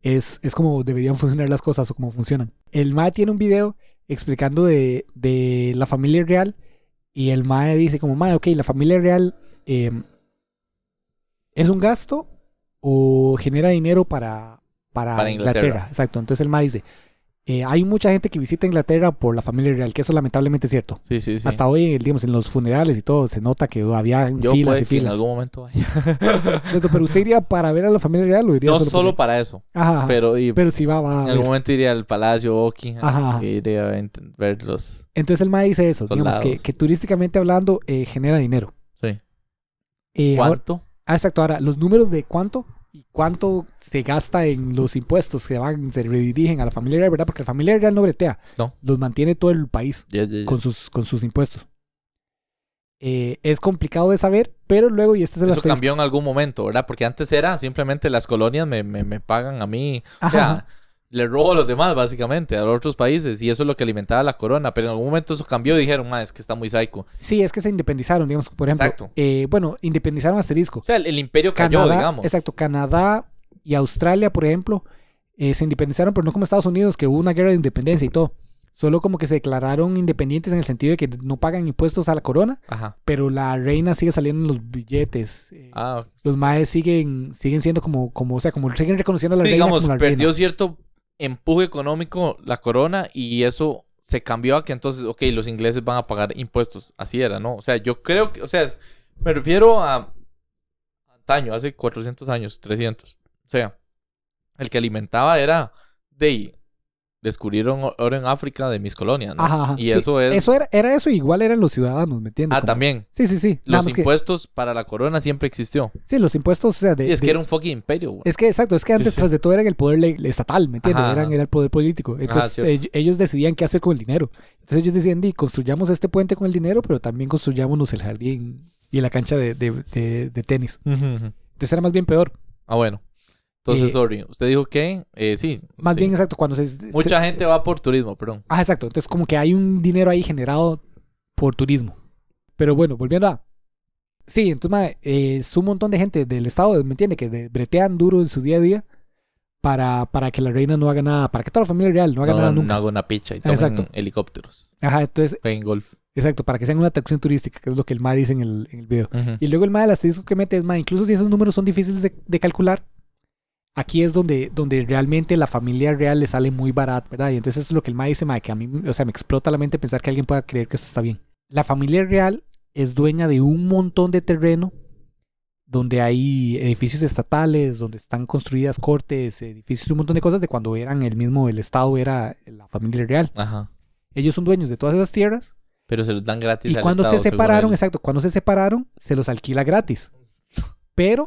[SPEAKER 2] es, es como deberían funcionar las cosas o como funcionan. El Mae tiene un video explicando de, de la familia real y el Mae dice como, Mae, ok, la familia real eh, es un gasto o genera dinero para, para,
[SPEAKER 1] Para
[SPEAKER 2] Inglaterra.
[SPEAKER 1] Inglaterra.
[SPEAKER 2] Exacto, entonces el Mae dice... eh, hay mucha gente que visita Inglaterra por la familia real, que eso lamentablemente es cierto.
[SPEAKER 1] Sí, sí, sí.
[SPEAKER 2] Hasta hoy, digamos, en los funerales y todo, se nota que había
[SPEAKER 1] Yo
[SPEAKER 2] filas
[SPEAKER 1] puede
[SPEAKER 2] y
[SPEAKER 1] que en
[SPEAKER 2] filas.
[SPEAKER 1] algún momento vaya.
[SPEAKER 2] Exacto, Pero usted iría para ver a la familia real o iría
[SPEAKER 1] No
[SPEAKER 2] solo,
[SPEAKER 1] solo
[SPEAKER 2] para...
[SPEAKER 1] para eso,
[SPEAKER 2] Ajá, ajá. pero,
[SPEAKER 1] pero y-
[SPEAKER 2] sí va, va a
[SPEAKER 1] en
[SPEAKER 2] ver.
[SPEAKER 1] algún momento iría al Palacio Buckingham
[SPEAKER 2] Ajá, ajá.
[SPEAKER 1] y iría a int- ver los...
[SPEAKER 2] Entonces el MAE dice eso, digamos, que,
[SPEAKER 1] Soldados.
[SPEAKER 2] que turísticamente hablando eh, genera dinero.
[SPEAKER 1] Sí.
[SPEAKER 2] Eh, ahora-
[SPEAKER 1] ¿Cuánto?
[SPEAKER 2] ah, exacto, ahora los números de cuánto y cuánto se gasta en los impuestos que van, se redirigen a la familia real, ¿verdad? Porque la familia real no bretea,
[SPEAKER 1] No.
[SPEAKER 2] los mantiene todo el país.
[SPEAKER 1] Ya, ya, ya.
[SPEAKER 2] con sus, con sus impuestos. Eh, es complicado de saber, pero luego, y este es el
[SPEAKER 1] Eso
[SPEAKER 2] asterisco-
[SPEAKER 1] cambió en algún momento, ¿verdad? Porque antes era simplemente las colonias me, me, me pagan a mí. O
[SPEAKER 2] Ajá,
[SPEAKER 1] sea,
[SPEAKER 2] ajá.
[SPEAKER 1] le robo a los demás, básicamente, a los otros países. Y eso es lo que alimentaba la corona. Pero en algún momento eso cambió y dijeron, "Ma, es que está muy psycho.
[SPEAKER 2] Sí, es que se independizaron, digamos, por ejemplo.
[SPEAKER 1] Exacto.
[SPEAKER 2] eh, bueno, independizaron asterisco.
[SPEAKER 1] O sea, el, el imperio cayó,
[SPEAKER 2] Canadá,
[SPEAKER 1] digamos.
[SPEAKER 2] exacto, Canadá y Australia, por ejemplo, eh, se independizaron, pero no como Estados Unidos, que hubo una guerra de independencia y todo. Solo como que se declararon independientes en el sentido de que no pagan impuestos a la corona,
[SPEAKER 1] Ajá.
[SPEAKER 2] pero la reina sigue saliendo en los billetes. eh,
[SPEAKER 1] Ah, ok.
[SPEAKER 2] Los maes siguen, siguen siendo como, como, o sea, como siguen reconociendo a la
[SPEAKER 1] Sí,
[SPEAKER 2] reina
[SPEAKER 1] digamos,
[SPEAKER 2] como la reina.
[SPEAKER 1] perdió cierto empuje económico la corona y eso se cambió a que entonces, ok, los ingleses van a pagar impuestos. Así era, ¿no? O sea, yo creo que, o sea, es- me refiero a antaño, hace 400 años, 300. O sea, el que alimentaba era de descubrieron o- oro en África de mis colonias, ¿no?
[SPEAKER 2] Ajá, ajá.
[SPEAKER 1] Y
[SPEAKER 2] Sí,
[SPEAKER 1] eso es...
[SPEAKER 2] Eso era, era eso, igual eran los ciudadanos, ¿me entiendes?
[SPEAKER 1] ah,
[SPEAKER 2] Como-
[SPEAKER 1] también.
[SPEAKER 2] Sí, sí, sí. Nada
[SPEAKER 1] Los
[SPEAKER 2] más que-
[SPEAKER 1] impuestos para la corona siempre existió.
[SPEAKER 2] sí, los impuestos, o sea, de.
[SPEAKER 1] y es que
[SPEAKER 2] de-
[SPEAKER 1] era un fucking imperio, güey.
[SPEAKER 2] es que, exacto, es que antes,
[SPEAKER 1] Sí, sí.
[SPEAKER 2] tras de todo, era el poder le- estatal, ¿me entiendes?
[SPEAKER 1] Ajá,
[SPEAKER 2] Eran,
[SPEAKER 1] ajá.
[SPEAKER 2] era el poder político. Entonces,
[SPEAKER 1] cierto.
[SPEAKER 2] ell- ellos decidían qué hacer con el dinero. Entonces, ellos decían, di, construyamos este puente con el dinero, pero también construyámonos el jardín y la cancha de, de- de- de tenis. Entonces, era más bien peor.
[SPEAKER 1] Ah, bueno. Entonces,
[SPEAKER 2] Eh,
[SPEAKER 1] sorry. Usted dijo que, eh, sí.
[SPEAKER 2] Más
[SPEAKER 1] sí.
[SPEAKER 2] bien, exacto, cuando se. se-
[SPEAKER 1] Mucha gente va por turismo, perdón.
[SPEAKER 2] Ah, exacto. Entonces, como que hay un dinero ahí generado por turismo. Pero bueno, volviendo a. Sí, entonces, mae, eh, es un montón de gente del Estado, ¿me entiende? Que de- bretean duro en su día a día para, para que la reina no haga nada, para que toda la familia real no haga nada
[SPEAKER 1] no
[SPEAKER 2] nunca.
[SPEAKER 1] hago una picha y tomen
[SPEAKER 2] Exacto.
[SPEAKER 1] helicópteros.
[SPEAKER 2] Ajá, entonces,
[SPEAKER 1] Jueguen golf.
[SPEAKER 2] exacto, para que sean una atracción turística, que es lo que el mae dice en el, en el video.
[SPEAKER 1] Ujú.
[SPEAKER 2] Y luego el mae del asterisco que mete es, mae, incluso si esos números son difíciles de, de calcular, aquí es donde, donde realmente la familia real le sale muy barata, ¿verdad? Y entonces eso es lo que el mae dice, mae, que a mí, o sea, me explota la mente pensar que alguien pueda creer que esto está bien. La familia real es dueña de un montón de terreno donde hay edificios estatales, donde están construidas cortes, edificios, un montón de cosas de cuando eran el mismo, el Estado era la familia real.
[SPEAKER 1] Ajá.
[SPEAKER 2] Ellos son dueños de todas esas tierras
[SPEAKER 1] Pero se los dan gratis
[SPEAKER 2] y
[SPEAKER 1] al
[SPEAKER 2] cuando
[SPEAKER 1] Estado,
[SPEAKER 2] se
[SPEAKER 1] según
[SPEAKER 2] separaron,
[SPEAKER 1] él.
[SPEAKER 2] exacto, cuando se separaron, se los alquila gratis. Pero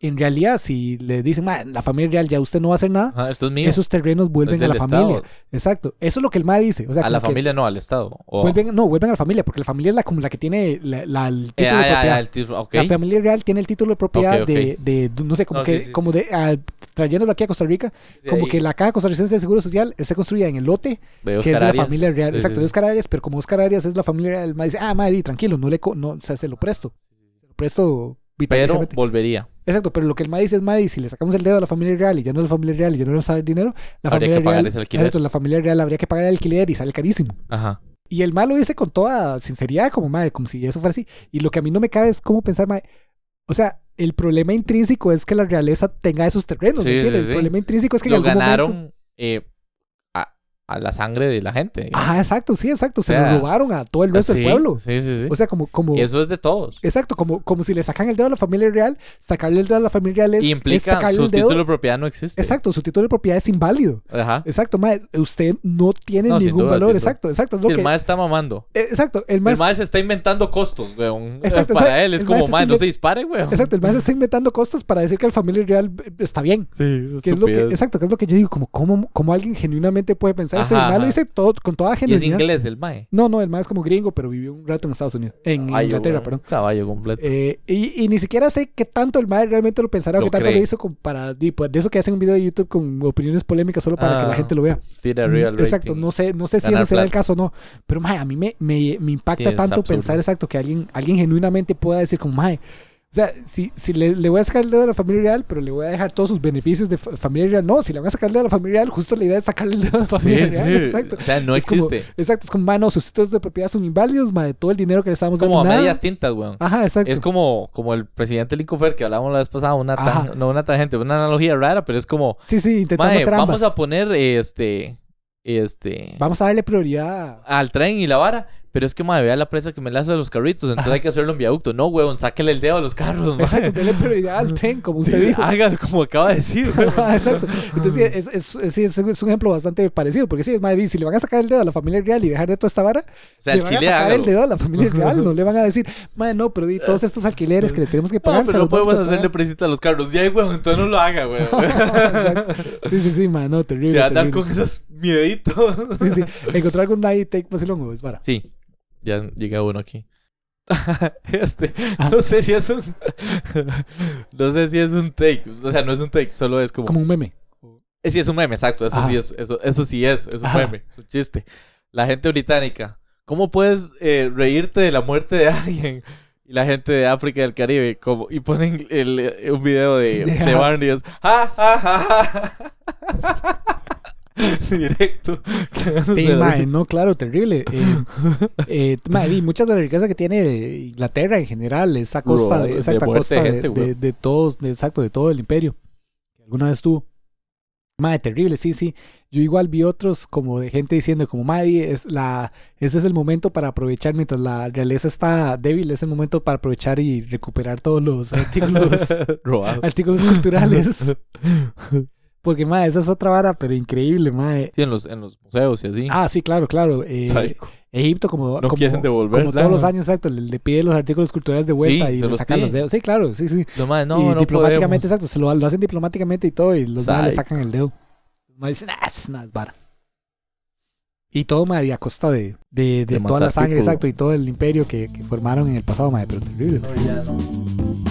[SPEAKER 2] en realidad, si le dicen, "Ma, la familia real ya usted no va a hacer nada,
[SPEAKER 1] Ajá, esto es mío.
[SPEAKER 2] esos terrenos
[SPEAKER 1] Ah, es
[SPEAKER 2] vuelven a la
[SPEAKER 1] del
[SPEAKER 2] familia.
[SPEAKER 1] Estado.
[SPEAKER 2] Exacto, eso es lo que el MA dice. O sea,
[SPEAKER 1] a la
[SPEAKER 2] como que
[SPEAKER 1] familia no, al Estado. O-
[SPEAKER 2] Vuelven, no, vuelven a la familia, porque la familia es la, como la que tiene la, la- el
[SPEAKER 1] Eh,
[SPEAKER 2] título
[SPEAKER 1] ah,
[SPEAKER 2] de
[SPEAKER 1] ya,
[SPEAKER 2] propiedad.
[SPEAKER 1] ya, el tipo- ok.
[SPEAKER 2] La familia real tiene el título de propiedad
[SPEAKER 1] Ok, ok.
[SPEAKER 2] De, de- no sé, como
[SPEAKER 1] No,
[SPEAKER 2] que,
[SPEAKER 1] sí, sí,
[SPEAKER 2] como de, ah, trayéndolo aquí a Costa Rica,
[SPEAKER 1] De
[SPEAKER 2] como
[SPEAKER 1] ahí,
[SPEAKER 2] que la caja costarricense de seguro social está construida en el lote
[SPEAKER 1] de
[SPEAKER 2] que es
[SPEAKER 1] Oscar
[SPEAKER 2] de la
[SPEAKER 1] Arias.
[SPEAKER 2] familia real.
[SPEAKER 1] Sí,
[SPEAKER 2] Exacto,
[SPEAKER 1] sí, sí.
[SPEAKER 2] de Oscar Arias, pero como Oscar Arias es la familia real, el mae dice, ah, madre, di, tranquilo, no le co- no, o sea, se lo presto. Se lo presto
[SPEAKER 1] Pero
[SPEAKER 2] vitaliciamente.
[SPEAKER 1] volvería.
[SPEAKER 2] Exacto, pero lo que el mae dice es, madre, si le sacamos el dedo a la familia real y ya no es la familia real y ya no le vamos a dar dinero, la
[SPEAKER 1] Habría
[SPEAKER 2] familia
[SPEAKER 1] que pagar
[SPEAKER 2] real,
[SPEAKER 1] ese alquiler.
[SPEAKER 2] exacto, la familia real habría que pagar el alquiler y sale carísimo.
[SPEAKER 1] Ajá.
[SPEAKER 2] Y el mae lo dice con toda sinceridad, como madre, como si eso fuera así. Y lo que a mí no me cabe es cómo pensar, mae, o sea, el problema intrínseco es que la realeza tenga esos terrenos,
[SPEAKER 1] Sí,
[SPEAKER 2] ¿me
[SPEAKER 1] sí,
[SPEAKER 2] entiendes?
[SPEAKER 1] sí.
[SPEAKER 2] El problema intrínseco es que
[SPEAKER 1] lo
[SPEAKER 2] en algún
[SPEAKER 1] ganaron
[SPEAKER 2] momento...
[SPEAKER 1] eh, a, a la sangre de la gente. digamos.
[SPEAKER 2] Ajá, exacto, sí, exacto. Se
[SPEAKER 1] O sea, pues
[SPEAKER 2] lo robaron a todo el resto
[SPEAKER 1] Sí,
[SPEAKER 2] del pueblo.
[SPEAKER 1] Sí, sí, sí.
[SPEAKER 2] O sea, como, como
[SPEAKER 1] Y eso es de todos.
[SPEAKER 2] exacto, como, como si le sacan el dedo a la familia real, sacarle el dedo a la familia real es,
[SPEAKER 1] y
[SPEAKER 2] es
[SPEAKER 1] implica
[SPEAKER 2] sacarle
[SPEAKER 1] su
[SPEAKER 2] el dedo.
[SPEAKER 1] título de propiedad no existe.
[SPEAKER 2] Exacto, su título de propiedad es inválido.
[SPEAKER 1] Ajá.
[SPEAKER 2] Exacto, mae, usted no tiene
[SPEAKER 1] No, sin
[SPEAKER 2] ningún
[SPEAKER 1] duda,
[SPEAKER 2] valor.
[SPEAKER 1] sin duda.
[SPEAKER 2] Exacto, exacto. Es lo
[SPEAKER 1] el
[SPEAKER 2] que,
[SPEAKER 1] mae está mamando.
[SPEAKER 2] eh, exacto, el más,
[SPEAKER 1] El mae se está inventando costos, weón.
[SPEAKER 2] Exacto,
[SPEAKER 1] Para
[SPEAKER 2] exacto.
[SPEAKER 1] él es
[SPEAKER 2] El mae
[SPEAKER 1] como,
[SPEAKER 2] se
[SPEAKER 1] mae,
[SPEAKER 2] está
[SPEAKER 1] no se
[SPEAKER 2] inven-
[SPEAKER 1] dispare, weón.
[SPEAKER 2] exacto, el más está inventando costos para decir que la familia real eh, está bien.
[SPEAKER 1] Sí, es
[SPEAKER 2] Que es lo que, exacto, que es lo que yo digo, como, como, como alguien genuinamente puede pensar eso.
[SPEAKER 1] Ajá,
[SPEAKER 2] El mae lo
[SPEAKER 1] ajá.
[SPEAKER 2] dice todo, con toda
[SPEAKER 1] Y es
[SPEAKER 2] genuinidad.
[SPEAKER 1] inglés el mae.
[SPEAKER 2] No, no, el más es como gringo, pero vivió un rato en Estados Unidos. En
[SPEAKER 1] Caballo,
[SPEAKER 2] Inglaterra,
[SPEAKER 1] weón.
[SPEAKER 2] perdón.
[SPEAKER 1] Caballo completo.
[SPEAKER 2] Eh, y, y ni siquiera sé qué tanto el mae realmente lo pensará o
[SPEAKER 1] Lo
[SPEAKER 2] qué tanto
[SPEAKER 1] cree.
[SPEAKER 2] lo hizo como para. y por- de eso que hacen un video de YouTube con opiniones polémicas solo para que la
[SPEAKER 1] Ah,
[SPEAKER 2] gente lo vea. Mm,
[SPEAKER 1] Tira real
[SPEAKER 2] exacto,
[SPEAKER 1] rating.
[SPEAKER 2] no sé, no sé si
[SPEAKER 1] Ganar
[SPEAKER 2] eso será el
[SPEAKER 1] plata.
[SPEAKER 2] caso o no. Pero mae, a mí me, me, me impacta
[SPEAKER 1] Sí, es
[SPEAKER 2] tanto
[SPEAKER 1] absurdo.
[SPEAKER 2] pensar exacto que alguien, alguien genuinamente pueda decir como mae. O sea, si, si le, le voy a sacar el dedo a la familia real, pero le voy a dejar todos sus beneficios de fa- familia real. No, si le van a sacar el dedo a la familia real, justo la idea es sacarle el dedo a la
[SPEAKER 1] Sí,
[SPEAKER 2] familia real.
[SPEAKER 1] sí.
[SPEAKER 2] Exacto.
[SPEAKER 1] O sea, no
[SPEAKER 2] Es como-
[SPEAKER 1] existe.
[SPEAKER 2] Exacto, es como, mae, no, sus títulos de propiedad son inválidos, mae, todo el dinero que le estamos
[SPEAKER 1] Es como a
[SPEAKER 2] dando. nada.
[SPEAKER 1] medias tintas, weón.
[SPEAKER 2] Ajá, exacto.
[SPEAKER 1] Es como, como el presidente Lincoln Fair que hablábamos la vez pasada, una tan-
[SPEAKER 2] Ajá.
[SPEAKER 1] no una tangente, una analogía rara, pero es como,
[SPEAKER 2] Sí, sí, intentando
[SPEAKER 1] mae,
[SPEAKER 2] hacer ambas.
[SPEAKER 1] vamos a poner este, este,
[SPEAKER 2] Vamos a darle prioridad.
[SPEAKER 1] al tren y la vara, pero es que mae, vea la presa que me lanza de los carritos, entonces hay que hacerlo en viaducto. No, weón, sáquele el dedo a los carros, mae.
[SPEAKER 2] Exacto, dele prioridad al tren, como usted
[SPEAKER 1] Sí,
[SPEAKER 2] dijo.
[SPEAKER 1] Hágalo como acaba de decir, weón.
[SPEAKER 2] Ajá, Exacto. Entonces, sí, es, es, es- sí, es un- es un ejemplo bastante parecido, porque sí, es más, si le van a sacar el dedo a la familia real y dejar de toda esta vara,
[SPEAKER 1] O sea,
[SPEAKER 2] le
[SPEAKER 1] el
[SPEAKER 2] van a
[SPEAKER 1] chile
[SPEAKER 2] sacar
[SPEAKER 1] hágalo.
[SPEAKER 2] el dedo a la familia real, no le van a decir, madre, no, pero di todos estos alquileres que le tenemos que pagar.
[SPEAKER 1] No,
[SPEAKER 2] se
[SPEAKER 1] pero no
[SPEAKER 2] los vamos
[SPEAKER 1] podemos
[SPEAKER 2] a pagar".
[SPEAKER 1] hacerle presita a los carros. Ya, weón, entonces no lo haga, weón.
[SPEAKER 2] Exacto. Sí, sí, sí, man, no, terrible.
[SPEAKER 1] Se va a andar
[SPEAKER 2] terrible.
[SPEAKER 1] con esos mieditos.
[SPEAKER 2] Sí, sí. Encontrar algún pues, night take vacilón, es vara.
[SPEAKER 1] Sí, ya llega uno aquí. este, no sé si es un. no sé si es un take. O sea, no es un take, solo es como.
[SPEAKER 2] Como un meme.
[SPEAKER 1] Eh, Sí, es un meme, exacto. Eso
[SPEAKER 2] Ajá.
[SPEAKER 1] sí es, eso, eso sí es, es un
[SPEAKER 2] Ajá.
[SPEAKER 1] meme, es un chiste. La gente británica, ¿cómo puedes eh, reírte de la muerte de alguien? Y la gente de África y del Caribe, como, y ponen el, eh, un video de,
[SPEAKER 2] De-
[SPEAKER 1] de Barney, es, "Ja, ja, ja, ja". Directo.
[SPEAKER 2] Sí, mae, no, claro, terrible. Eh, eh, mae, y muchas de la riqueza que tiene Inglaterra en general es a costa de,
[SPEAKER 1] Bro,
[SPEAKER 2] exacto,
[SPEAKER 1] de
[SPEAKER 2] a
[SPEAKER 1] muerte
[SPEAKER 2] costa
[SPEAKER 1] de
[SPEAKER 2] de,
[SPEAKER 1] gente,
[SPEAKER 2] de-
[SPEAKER 1] weón.
[SPEAKER 2] de todos, de- exacto, de todo el imperio. que Alguna vez tuvo. Mae, terrible, sí, sí. Yo igual vi otros como de gente diciendo como, mae, es la, ese es el momento para aprovechar, mientras la realeza está débil, es el momento para aprovechar y recuperar todos los artículos
[SPEAKER 1] Robados.
[SPEAKER 2] artículos culturales. Porque, mae, esa es otra vara, pero increíble, mae.
[SPEAKER 1] Sí, en los, en los museos y así.
[SPEAKER 2] Ah, sí, claro, claro. eh,
[SPEAKER 1] Sádico.
[SPEAKER 2] Egipto, como,
[SPEAKER 1] No
[SPEAKER 2] como,
[SPEAKER 1] quieren devolver,
[SPEAKER 2] como
[SPEAKER 1] claro.
[SPEAKER 2] todos los años, exacto, le, le pide los artículos culturales de vuelta
[SPEAKER 1] Sí,
[SPEAKER 2] y
[SPEAKER 1] se
[SPEAKER 2] le
[SPEAKER 1] los
[SPEAKER 2] sacan los
[SPEAKER 1] piden.
[SPEAKER 2] dedos. Sí, claro, sí, sí.
[SPEAKER 1] Los maes, no,
[SPEAKER 2] y
[SPEAKER 1] no
[SPEAKER 2] diplomáticamente,
[SPEAKER 1] podemos.
[SPEAKER 2] exacto, se lo, lo hacen diplomáticamente y todo, y los demás le
[SPEAKER 1] Psycho.
[SPEAKER 2] sacan el dedo. Los maes dicen, ah, pues nada, es vara. Y todo, madre, a costa de, de, de
[SPEAKER 1] De
[SPEAKER 2] toda la
[SPEAKER 1] matar
[SPEAKER 2] sangre,
[SPEAKER 1] people.
[SPEAKER 2] exacto, y todo el imperio que, que formaron en el pasado, madre, pero terrible. mae.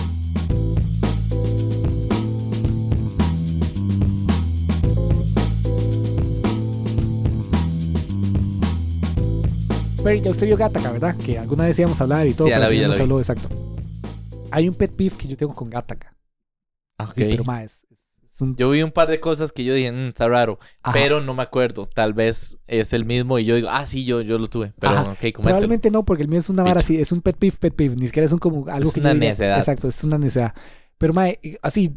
[SPEAKER 2] Pero ya usted vio Gataca, ¿verdad? Que alguna vez íbamos a hablar y todo,
[SPEAKER 1] Sí, ya
[SPEAKER 2] pero
[SPEAKER 1] la
[SPEAKER 2] al
[SPEAKER 1] vi,
[SPEAKER 2] final
[SPEAKER 1] ya la
[SPEAKER 2] no se
[SPEAKER 1] vi.
[SPEAKER 2] habló, exacto. Hay un pet peeve que yo tengo con Gataca.
[SPEAKER 1] Ok.
[SPEAKER 2] Ah, Sí, pero más. Es un...
[SPEAKER 1] Yo vi un par de cosas que yo dije, "Mm, está raro,
[SPEAKER 2] Ajá.
[SPEAKER 1] pero no me acuerdo. Tal vez es el mismo y yo digo, ah, sí, yo, yo lo tuve. Pero,
[SPEAKER 2] Ajá.
[SPEAKER 1] ok, coméntelo.
[SPEAKER 2] Probablemente no, porque el mío es una vara así, es un pet peeve, pet peeve, ni siquiera es un como algo
[SPEAKER 1] Es
[SPEAKER 2] que
[SPEAKER 1] una
[SPEAKER 2] yo diga-
[SPEAKER 1] necedad.
[SPEAKER 2] Exacto, es una necedad. Pero mae, así,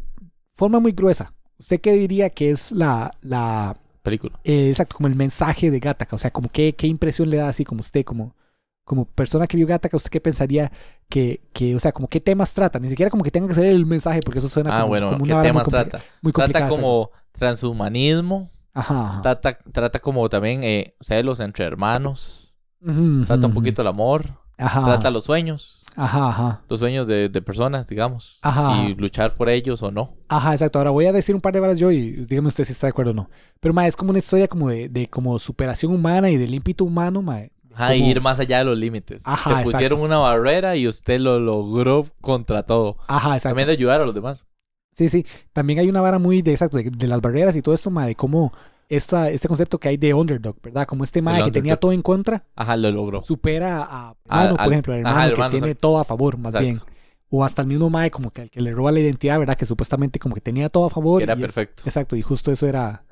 [SPEAKER 2] forma muy gruesa. ¿Usted qué diría que es la, la
[SPEAKER 1] Película.
[SPEAKER 2] eh, exacto, como el mensaje de Gataca? O sea, como qué, qué impresión le da así como usted, como, como persona que vio Gataca, ¿usted qué pensaría que, que, o sea, como qué temas trata? Ni siquiera como que tenga que ser el mensaje, porque eso suena
[SPEAKER 1] Ah,
[SPEAKER 2] como,
[SPEAKER 1] bueno,
[SPEAKER 2] como
[SPEAKER 1] ¿qué
[SPEAKER 2] una vara muy,
[SPEAKER 1] temas
[SPEAKER 2] compli-
[SPEAKER 1] trata?
[SPEAKER 2] muy complicada.
[SPEAKER 1] Trata como transhumanismo,
[SPEAKER 2] Ajá, ajá.
[SPEAKER 1] trata, trata como también eh, celos entre hermanos,
[SPEAKER 2] Ujú,
[SPEAKER 1] trata un
[SPEAKER 2] ujú. Ah.
[SPEAKER 1] poquito el amor,
[SPEAKER 2] Ajá,
[SPEAKER 1] trata los sueños,
[SPEAKER 2] ajá, ajá.
[SPEAKER 1] los sueños de, de personas, digamos,
[SPEAKER 2] Ajá.
[SPEAKER 1] y luchar por ellos o no.
[SPEAKER 2] Ajá, exacto. Ahora voy a decir un par de varas yo y dígame usted si está de acuerdo o no. Pero, ma, es como una historia como de, de como superación humana y del ímpetu humano, ma.
[SPEAKER 1] Ajá, y
[SPEAKER 2] Como-
[SPEAKER 1] ir más allá de los límites.
[SPEAKER 2] Ajá,
[SPEAKER 1] Te
[SPEAKER 2] exacto.
[SPEAKER 1] pusieron una barrera y usted lo logró contra todo.
[SPEAKER 2] Ajá, exacto.
[SPEAKER 1] También de ayudar a los demás.
[SPEAKER 2] Sí, sí. También hay una vara muy de, exacto, de, de las barreras y todo esto, ma, de cómo esta, este concepto que hay de underdog, ¿verdad? Como este ma
[SPEAKER 1] El
[SPEAKER 2] que tenía
[SPEAKER 1] underdog.
[SPEAKER 2] todo en contra,
[SPEAKER 1] Ajá, lo logró.
[SPEAKER 2] supera a
[SPEAKER 1] Al-
[SPEAKER 2] hermano,
[SPEAKER 1] al-
[SPEAKER 2] por ejemplo,
[SPEAKER 1] ajá,
[SPEAKER 2] al hermano
[SPEAKER 1] al
[SPEAKER 2] que
[SPEAKER 1] hermano,
[SPEAKER 2] tiene
[SPEAKER 1] exacto.
[SPEAKER 2] todo a favor, más
[SPEAKER 1] Exacto.
[SPEAKER 2] bien. O hasta el mismo mae como que al que le roba la identidad, ¿verdad? Que supuestamente como que tenía todo a favor.
[SPEAKER 1] Que Era
[SPEAKER 2] y es-
[SPEAKER 1] perfecto.
[SPEAKER 2] Exacto, y justo eso era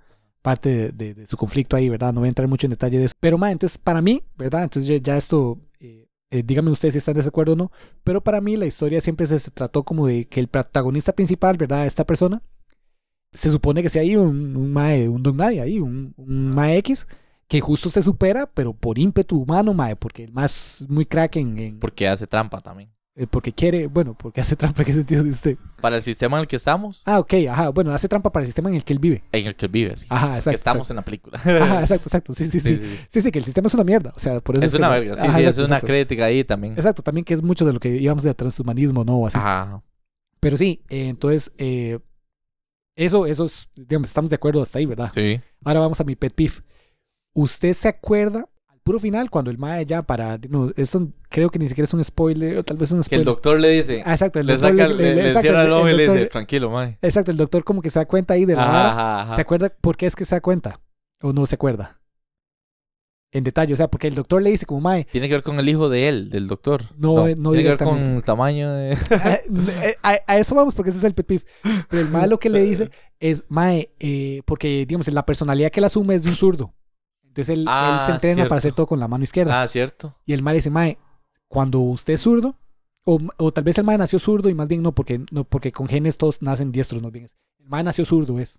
[SPEAKER 2] parte de, de- de su conflicto ahí, ¿verdad? No voy a entrar mucho en detalle de eso. Pero, ma, entonces, para mí, ¿verdad? Entonces, ya, ya esto, eh, eh, dígame ustedes si están de acuerdo o no, pero para mí la historia siempre se, se trató como de que el protagonista principal, ¿verdad? Esta persona, se supone que sea ahí un, un mae, un don nadie ahí, un, un mae X, que justo se supera, pero por ímpetu humano, mae, porque el más muy crack en, en-
[SPEAKER 1] Porque hace trampa también.
[SPEAKER 2] eh, porque quiere, bueno, porque hace trampa, ¿qué sentido de usted?
[SPEAKER 1] Para el sistema en el que estamos,
[SPEAKER 2] Ah, ok, ajá, bueno, hace trampa para el sistema en el que él vive.
[SPEAKER 1] en el que vive, sí.
[SPEAKER 2] Ajá,
[SPEAKER 1] que
[SPEAKER 2] Ah, exacto.
[SPEAKER 1] estamos en la película.
[SPEAKER 2] Ajá, exacto, exacto. Sí, sí,
[SPEAKER 1] Sí,
[SPEAKER 2] sí. Sí,
[SPEAKER 1] sí, sí.
[SPEAKER 2] sí, que el sistema es una mierda. O sea, por eso
[SPEAKER 1] Es
[SPEAKER 2] que
[SPEAKER 1] una
[SPEAKER 2] no-
[SPEAKER 1] verga, sí,
[SPEAKER 2] Ajá,
[SPEAKER 1] sí,
[SPEAKER 2] exacto,
[SPEAKER 1] es una
[SPEAKER 2] exacto.
[SPEAKER 1] crítica ahí también.
[SPEAKER 2] Exacto, también que es mucho de lo que íbamos de transhumanismo, ¿no? O así.
[SPEAKER 1] Ajá.
[SPEAKER 2] Pero sí, eh, entonces, eh, eso, eso es, digamos, estamos de acuerdo hasta ahí, ¿verdad?
[SPEAKER 1] Sí.
[SPEAKER 2] Ahora vamos a mi pet peeve. ¿Usted se acuerda al puro final cuando el mae ya para... No, eso creo que ni siquiera es un spoiler, o tal vez es un
[SPEAKER 1] Que el
[SPEAKER 2] spoiler.
[SPEAKER 1] doctor le dice,
[SPEAKER 2] Pues, Ah, exacto, el
[SPEAKER 1] le
[SPEAKER 2] doctor
[SPEAKER 1] saca, le, le
[SPEAKER 2] exacto,
[SPEAKER 1] cierra el ojo y le dice,
[SPEAKER 2] doctor-
[SPEAKER 1] tranquilo, mae.
[SPEAKER 2] Exacto, el doctor como que se da cuenta ahí de la
[SPEAKER 1] Ajá,
[SPEAKER 2] vara.
[SPEAKER 1] ajá, ajá.
[SPEAKER 2] ¿Se acuerda por qué es que se da cuenta? ¿O no se acuerda? En detalle, o sea, porque el doctor le dice como, Mae,
[SPEAKER 1] Tiene que ver con el hijo de él, del doctor.
[SPEAKER 2] No, eh, no
[SPEAKER 1] Tiene que ver con
[SPEAKER 2] directamente.
[SPEAKER 1] el tamaño de...
[SPEAKER 2] a, eh, a- a eso vamos porque ese es el pet peeve. Pero el Mae lo que le dice es, Mae, eh, porque digamos, la personalidad que él asume es de un zurdo. Entonces él,
[SPEAKER 1] Ah,
[SPEAKER 2] él se entrena
[SPEAKER 1] cierto.
[SPEAKER 2] para hacer todo con la mano izquierda.
[SPEAKER 1] Ah, cierto.
[SPEAKER 2] Y el Mae le dice, Mae, cuando usted es zurdo, o, o tal vez el Mae nació zurdo y más bien no, porque, no, porque con genes todos nacen diestros, no bien. es. El Mae nació zurdo, es.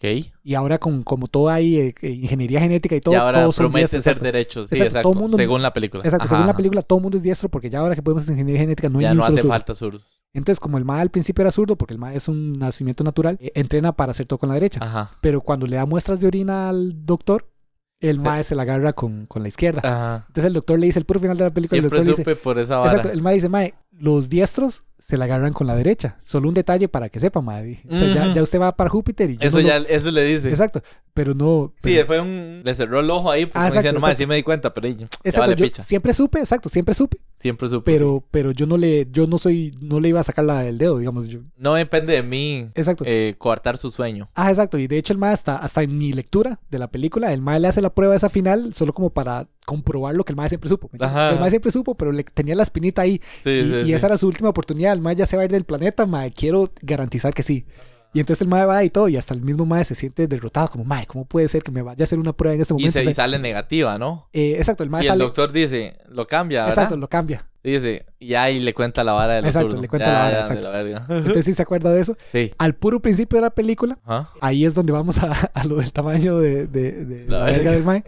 [SPEAKER 1] Ok.
[SPEAKER 2] Y ahora con como todo ahí, eh, eh, ingeniería genética y todo,
[SPEAKER 1] y ahora
[SPEAKER 2] todos son
[SPEAKER 1] prometen
[SPEAKER 2] diestros,
[SPEAKER 1] ser
[SPEAKER 2] exacto.
[SPEAKER 1] derechos. Sí,
[SPEAKER 2] Exacto,
[SPEAKER 1] exacto.
[SPEAKER 2] todo mundo-
[SPEAKER 1] según la película.
[SPEAKER 2] Exacto,
[SPEAKER 1] pues, Ajá,
[SPEAKER 2] según la
[SPEAKER 1] ajá.
[SPEAKER 2] película todo el mundo es diestro porque ya ahora que podemos hacer ingeniería genética no hay
[SPEAKER 1] Ya
[SPEAKER 2] ni un
[SPEAKER 1] no
[SPEAKER 2] solo
[SPEAKER 1] hace
[SPEAKER 2] zurdo.
[SPEAKER 1] falta zurdos.
[SPEAKER 2] Entonces, como el MA al principio era zurdo porque el MA es un nacimiento natural, eh, entrena para hacer todo con la derecha.
[SPEAKER 1] Ajá.
[SPEAKER 2] Pero cuando le da muestras de orina al doctor, el
[SPEAKER 1] Sí.
[SPEAKER 2] MA se la agarra con, con la izquierda.
[SPEAKER 1] Ajá.
[SPEAKER 2] Entonces el doctor le dice, el puro final de la película,
[SPEAKER 1] Siempre
[SPEAKER 2] el doctor le
[SPEAKER 1] supe por esa
[SPEAKER 2] dice,
[SPEAKER 1] vara.
[SPEAKER 2] exacto, el MA dice, mae, los diestros se la agarran con la derecha. Solo un detalle para que sepa, mae. O sea, ya,
[SPEAKER 1] Ujú.
[SPEAKER 2] ya usted va para Júpiter y yo
[SPEAKER 1] Eso
[SPEAKER 2] no lo-
[SPEAKER 1] ya, eso le dice.
[SPEAKER 2] Exacto, pero no...
[SPEAKER 1] Sí,
[SPEAKER 2] pero-
[SPEAKER 1] fue un... Le cerró el ojo ahí porque
[SPEAKER 2] Ah,
[SPEAKER 1] me
[SPEAKER 2] exacto,
[SPEAKER 1] decía, no, mae,
[SPEAKER 2] exacto.
[SPEAKER 1] sí me di cuenta, pero ahí, ya
[SPEAKER 2] exacto,
[SPEAKER 1] vale
[SPEAKER 2] yo
[SPEAKER 1] picha.
[SPEAKER 2] siempre supe, exacto, siempre supe,
[SPEAKER 1] Siempre supe. Pues sí.
[SPEAKER 2] pero, pero yo no le, yo no soy, no le iba a sacar la del dedo, digamos, yo,
[SPEAKER 1] No depende de mí
[SPEAKER 2] exacto.
[SPEAKER 1] eh, coartar su sueño.
[SPEAKER 2] Ah, exacto. Y de hecho el mae hasta, hasta en mi lectura de la película, el mae le hace la prueba esa final solo como para comprobar lo que el mae siempre supo. ¿me entiendes?
[SPEAKER 1] Ajá.
[SPEAKER 2] El mae siempre supo, pero le tenía la espinita ahí.
[SPEAKER 1] Sí,
[SPEAKER 2] y
[SPEAKER 1] sí,
[SPEAKER 2] y
[SPEAKER 1] sí.
[SPEAKER 2] esa era su última oportunidad. El mae ya se va a ir del planeta, mae. Quiero garantizar que sí. Y entonces el mae va y todo. Y hasta el mismo mae se siente derrotado. Como, mae, ¿cómo puede ser que me vaya a hacer una prueba en este
[SPEAKER 1] Y,
[SPEAKER 2] momento?
[SPEAKER 1] se,
[SPEAKER 2] O sea,
[SPEAKER 1] y sale negativa, ¿no?
[SPEAKER 2] eh, exacto, el mae
[SPEAKER 1] Y el
[SPEAKER 2] sale.
[SPEAKER 1] doctor dice, lo cambia, ¿verdad?
[SPEAKER 2] Exacto, lo cambia.
[SPEAKER 1] Dice, y ahí le cuenta la vara del
[SPEAKER 2] Exacto,
[SPEAKER 1] zurdo.
[SPEAKER 2] le cuenta
[SPEAKER 1] Ya,
[SPEAKER 2] la vara,
[SPEAKER 1] ya,
[SPEAKER 2] exacto.
[SPEAKER 1] de la verga.
[SPEAKER 2] Entonces sí se acuerda de eso.
[SPEAKER 1] Sí.
[SPEAKER 2] Al puro principio de la película,
[SPEAKER 1] Ajá.
[SPEAKER 2] ahí es donde vamos a, a lo del tamaño de, de- de la,
[SPEAKER 1] La
[SPEAKER 2] verga
[SPEAKER 1] verga.
[SPEAKER 2] del mae.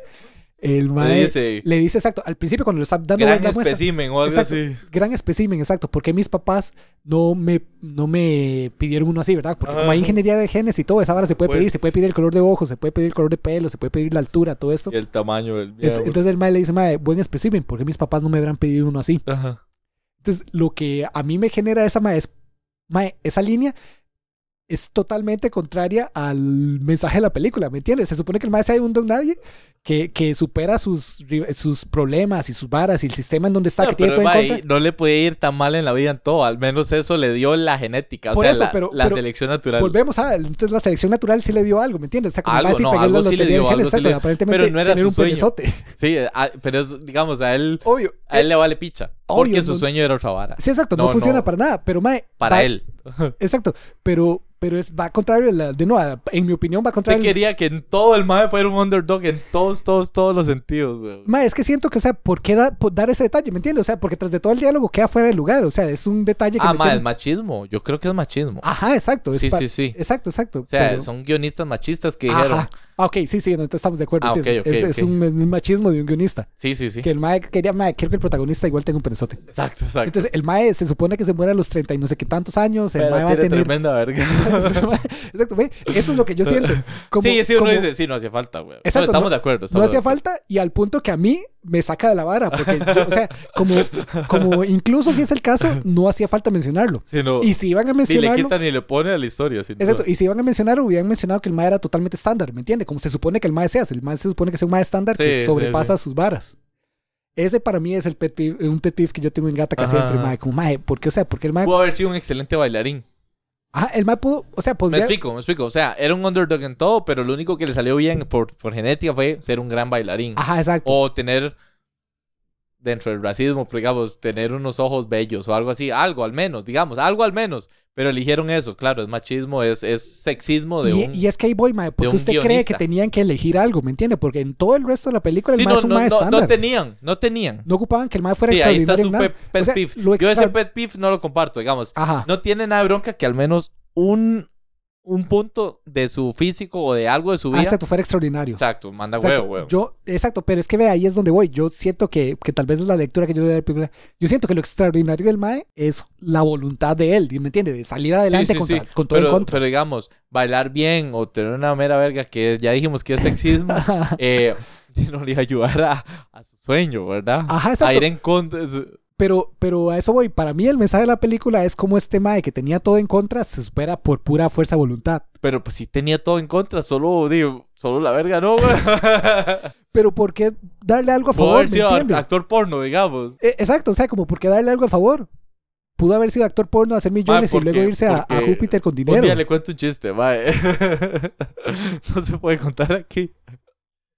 [SPEAKER 2] El
[SPEAKER 1] Le
[SPEAKER 2] mae
[SPEAKER 1] dice,
[SPEAKER 2] le dice exacto, al principio cuando le está dando
[SPEAKER 1] gran
[SPEAKER 2] la muestra,
[SPEAKER 1] espécimen o algo
[SPEAKER 2] Exacto.
[SPEAKER 1] así.
[SPEAKER 2] gran espécimen, exacto, porque mis papás no me, no me pidieron uno así, ¿verdad? Porque
[SPEAKER 1] Ajá.
[SPEAKER 2] como hay ingeniería de genes y todo, esa vara se puede
[SPEAKER 1] Pues.
[SPEAKER 2] pedir, se puede pedir el color de ojos, se puede pedir el color de pelo, se puede pedir la altura, todo esto.
[SPEAKER 1] Y el tamaño del
[SPEAKER 2] Ent- Entonces el mae le dice, mae, buen espécimen, porque mis papás no me habrán pedido uno así.
[SPEAKER 1] Ajá.
[SPEAKER 2] Entonces, lo que a mí me genera esa mae es, mae, esa línea es totalmente contraria al mensaje de la película, ¿me entiendes? Se supone que el mae sea un don nadie que, que supera sus, ri- sus problemas y sus varas y el sistema en donde está, que tiene
[SPEAKER 1] Ah, pero,
[SPEAKER 2] todo
[SPEAKER 1] mae,
[SPEAKER 2] en contra.
[SPEAKER 1] no le puede ir tan mal en la vida en todo. Al menos eso le dio la genética. O
[SPEAKER 2] Por
[SPEAKER 1] sea,
[SPEAKER 2] eso,
[SPEAKER 1] la,
[SPEAKER 2] pero-
[SPEAKER 1] la
[SPEAKER 2] pero
[SPEAKER 1] selección natural.
[SPEAKER 2] Volvemos a. Entonces, la selección natural sí le dio algo, ¿me entiendes? O sea, como
[SPEAKER 1] Algo,
[SPEAKER 2] Messi
[SPEAKER 1] no,
[SPEAKER 2] pegó en la
[SPEAKER 1] algo sí le
[SPEAKER 2] lotería
[SPEAKER 1] dio,
[SPEAKER 2] del
[SPEAKER 1] algo sí
[SPEAKER 2] exacto,
[SPEAKER 1] le dio.
[SPEAKER 2] aparentemente
[SPEAKER 1] Pero no era
[SPEAKER 2] tener
[SPEAKER 1] su
[SPEAKER 2] un
[SPEAKER 1] sueño.
[SPEAKER 2] penezote.
[SPEAKER 1] Sí, a- pero es- digamos, a él,
[SPEAKER 2] Obvio.
[SPEAKER 1] a él le vale picha. Porque
[SPEAKER 2] obvio,
[SPEAKER 1] su
[SPEAKER 2] no-
[SPEAKER 1] sueño era otra vara.
[SPEAKER 2] Eh, Sí, exacto, no,
[SPEAKER 1] No,
[SPEAKER 2] funciona
[SPEAKER 1] no.
[SPEAKER 2] para nada, pero mae,
[SPEAKER 1] Para
[SPEAKER 2] va-
[SPEAKER 1] él.
[SPEAKER 2] Exacto, pero pero es va contrario a la- de nuevo, en mi opinión va contrario.
[SPEAKER 1] Usted
[SPEAKER 2] al-
[SPEAKER 1] quería que en todo el mae fuera un underdog en todos, todos, todos los sentidos, güey.
[SPEAKER 2] Mae, es que siento que, o sea, ¿por qué da- por dar ese detalle? ¿Me entiendes? O sea, porque tras de todo el diálogo queda fuera de lugar. O sea, es un detalle que.
[SPEAKER 1] Ah, mae, el
[SPEAKER 2] metieron-
[SPEAKER 1] machismo. Yo creo que es machismo.
[SPEAKER 2] Ajá, exacto. es
[SPEAKER 1] sí,
[SPEAKER 2] pa-
[SPEAKER 1] sí, sí.
[SPEAKER 2] Exacto, exacto.
[SPEAKER 1] O sea,
[SPEAKER 2] pero-
[SPEAKER 1] son guionistas machistas que
[SPEAKER 2] Ajá.
[SPEAKER 1] dijeron.
[SPEAKER 2] Ah, ok, sí, sí, no, entonces estamos de acuerdo.
[SPEAKER 1] Ah,
[SPEAKER 2] sí,
[SPEAKER 1] ok,
[SPEAKER 2] es,
[SPEAKER 1] ok,
[SPEAKER 2] es-
[SPEAKER 1] ok.
[SPEAKER 2] es un, un machismo de un guionista.
[SPEAKER 1] Sí, sí, sí.
[SPEAKER 2] Que el Mae quería, Mae, quiero que el protagonista igual tenga un penezote.
[SPEAKER 1] Exacto, exacto.
[SPEAKER 2] Entonces, el Mae se supone que se muere a los 30 y no sé qué tantos años. El
[SPEAKER 1] Pero
[SPEAKER 2] Mae va a
[SPEAKER 1] tiene
[SPEAKER 2] tener.
[SPEAKER 1] tremenda verga.
[SPEAKER 2] exacto, ve, eso es lo que yo siento. Como,
[SPEAKER 1] sí, sí, uno
[SPEAKER 2] como-
[SPEAKER 1] dice, sí, no hacía falta, güey. No,
[SPEAKER 2] Exacto,
[SPEAKER 1] estamos
[SPEAKER 2] no-
[SPEAKER 1] de acuerdo.
[SPEAKER 2] No
[SPEAKER 1] estamos de
[SPEAKER 2] hacía
[SPEAKER 1] acuerdo.
[SPEAKER 2] falta y al punto que a mí me saca de la vara, porque yo, o sea, como, como incluso si es el caso, no hacía falta mencionarlo.
[SPEAKER 1] Sí, no.
[SPEAKER 2] Y si iban
[SPEAKER 1] Ni
[SPEAKER 2] a
[SPEAKER 1] le
[SPEAKER 2] mencionarlo,
[SPEAKER 1] quitan ni le ponen a la historia. sin
[SPEAKER 2] exacto,
[SPEAKER 1] duda.
[SPEAKER 2] y si iban a mencionar, hubieran mencionado que el MAE era totalmente estándar, ¿me entiendes? Como se supone que el MAE sea, el MAE se supone que sea un MAE estándar
[SPEAKER 1] Sí,
[SPEAKER 2] que
[SPEAKER 1] sí,
[SPEAKER 2] sobrepasa sus varas. Ese para mí es el pet peeve- un pet peeve que yo tengo en gata casi
[SPEAKER 1] Ajá,
[SPEAKER 2] siempre,
[SPEAKER 1] ajá.
[SPEAKER 2] MAE, como MAE, porque, o sea, porque el MAE,
[SPEAKER 1] Pudo haber sido un excelente bailarín.
[SPEAKER 2] ah, el MAE pudo, o sea,
[SPEAKER 1] Me
[SPEAKER 2] podría,
[SPEAKER 1] explico, me explico. O sea, era un underdog en todo, pero lo único que le salió bien por, por genética fue ser un gran bailarín.
[SPEAKER 2] ajá, exacto,
[SPEAKER 1] O tener, dentro del racismo, pero digamos, tener unos ojos bellos o algo así. Algo al menos, digamos, algo al menos. Pero eligieron eso, claro, es machismo, es, es sexismo de
[SPEAKER 2] y,
[SPEAKER 1] un...
[SPEAKER 2] y es que ahí voy, MAE, porque
[SPEAKER 1] un
[SPEAKER 2] usted cree
[SPEAKER 1] guionista.
[SPEAKER 2] que tenían que elegir algo, ¿me entiende? Porque en todo el resto de la película el
[SPEAKER 1] Sí,
[SPEAKER 2] MAE
[SPEAKER 1] no,
[SPEAKER 2] es un
[SPEAKER 1] no,
[SPEAKER 2] MAE
[SPEAKER 1] no, no
[SPEAKER 2] estándar.
[SPEAKER 1] tenían, no tenían.
[SPEAKER 2] No ocupaban que el mae fuera
[SPEAKER 1] Sí, ahí está
[SPEAKER 2] extraordinario
[SPEAKER 1] su
[SPEAKER 2] en nada.
[SPEAKER 1] pe- pet
[SPEAKER 2] O sea,
[SPEAKER 1] peeve.
[SPEAKER 2] lo
[SPEAKER 1] Yo ese
[SPEAKER 2] extra-
[SPEAKER 1] pet peeve no lo comparto, digamos.
[SPEAKER 2] Ajá.
[SPEAKER 1] No tiene nada de bronca que al menos un, un punto de su físico o de algo de su vida...
[SPEAKER 2] Hace tu fuera extraordinario.
[SPEAKER 1] Exacto, manda
[SPEAKER 2] Ah, Exacto.
[SPEAKER 1] huevo, huevo.
[SPEAKER 2] Yo, exacto, pero es que ve, ahí es donde voy. Yo siento que, que tal vez es la lectura que yo le doy a la película. Yo siento que lo extraordinario del Mae es la voluntad de él, ¿me entiendes? De salir
[SPEAKER 1] Sí,
[SPEAKER 2] adelante
[SPEAKER 1] sí,
[SPEAKER 2] contra-
[SPEAKER 1] sí.
[SPEAKER 2] con todo
[SPEAKER 1] pero,
[SPEAKER 2] el contra.
[SPEAKER 1] pero digamos, bailar bien o tener una mera verga que ya dijimos que es sexismo, eh, no le ayudar a, a su sueño, ¿verdad? A
[SPEAKER 2] Ajá, Ah, exacto.
[SPEAKER 1] ir en contra. es-
[SPEAKER 2] Pero, pero a eso voy. Para mí, el mensaje de la película es como este Mae que tenía todo en contra se supera por pura fuerza de voluntad.
[SPEAKER 1] Pero pues sí tenía todo en contra, solo, digo, solo la verga no, güey.
[SPEAKER 2] Pero ¿por qué darle algo a
[SPEAKER 1] Pudo
[SPEAKER 2] favor?
[SPEAKER 1] haber
[SPEAKER 2] ¿Me
[SPEAKER 1] sido
[SPEAKER 2] entiendes?
[SPEAKER 1] actor porno, digamos.
[SPEAKER 2] Eh, Exacto, o sea, como por qué darle algo a favor. Pudo haber sido actor porno, hacer millones y
[SPEAKER 1] Ah, porque-
[SPEAKER 2] luego irse a, a
[SPEAKER 1] porque
[SPEAKER 2] Júpiter con
[SPEAKER 1] Un día
[SPEAKER 2] dinero.
[SPEAKER 1] le cuento un chiste, mae. no se puede contar aquí.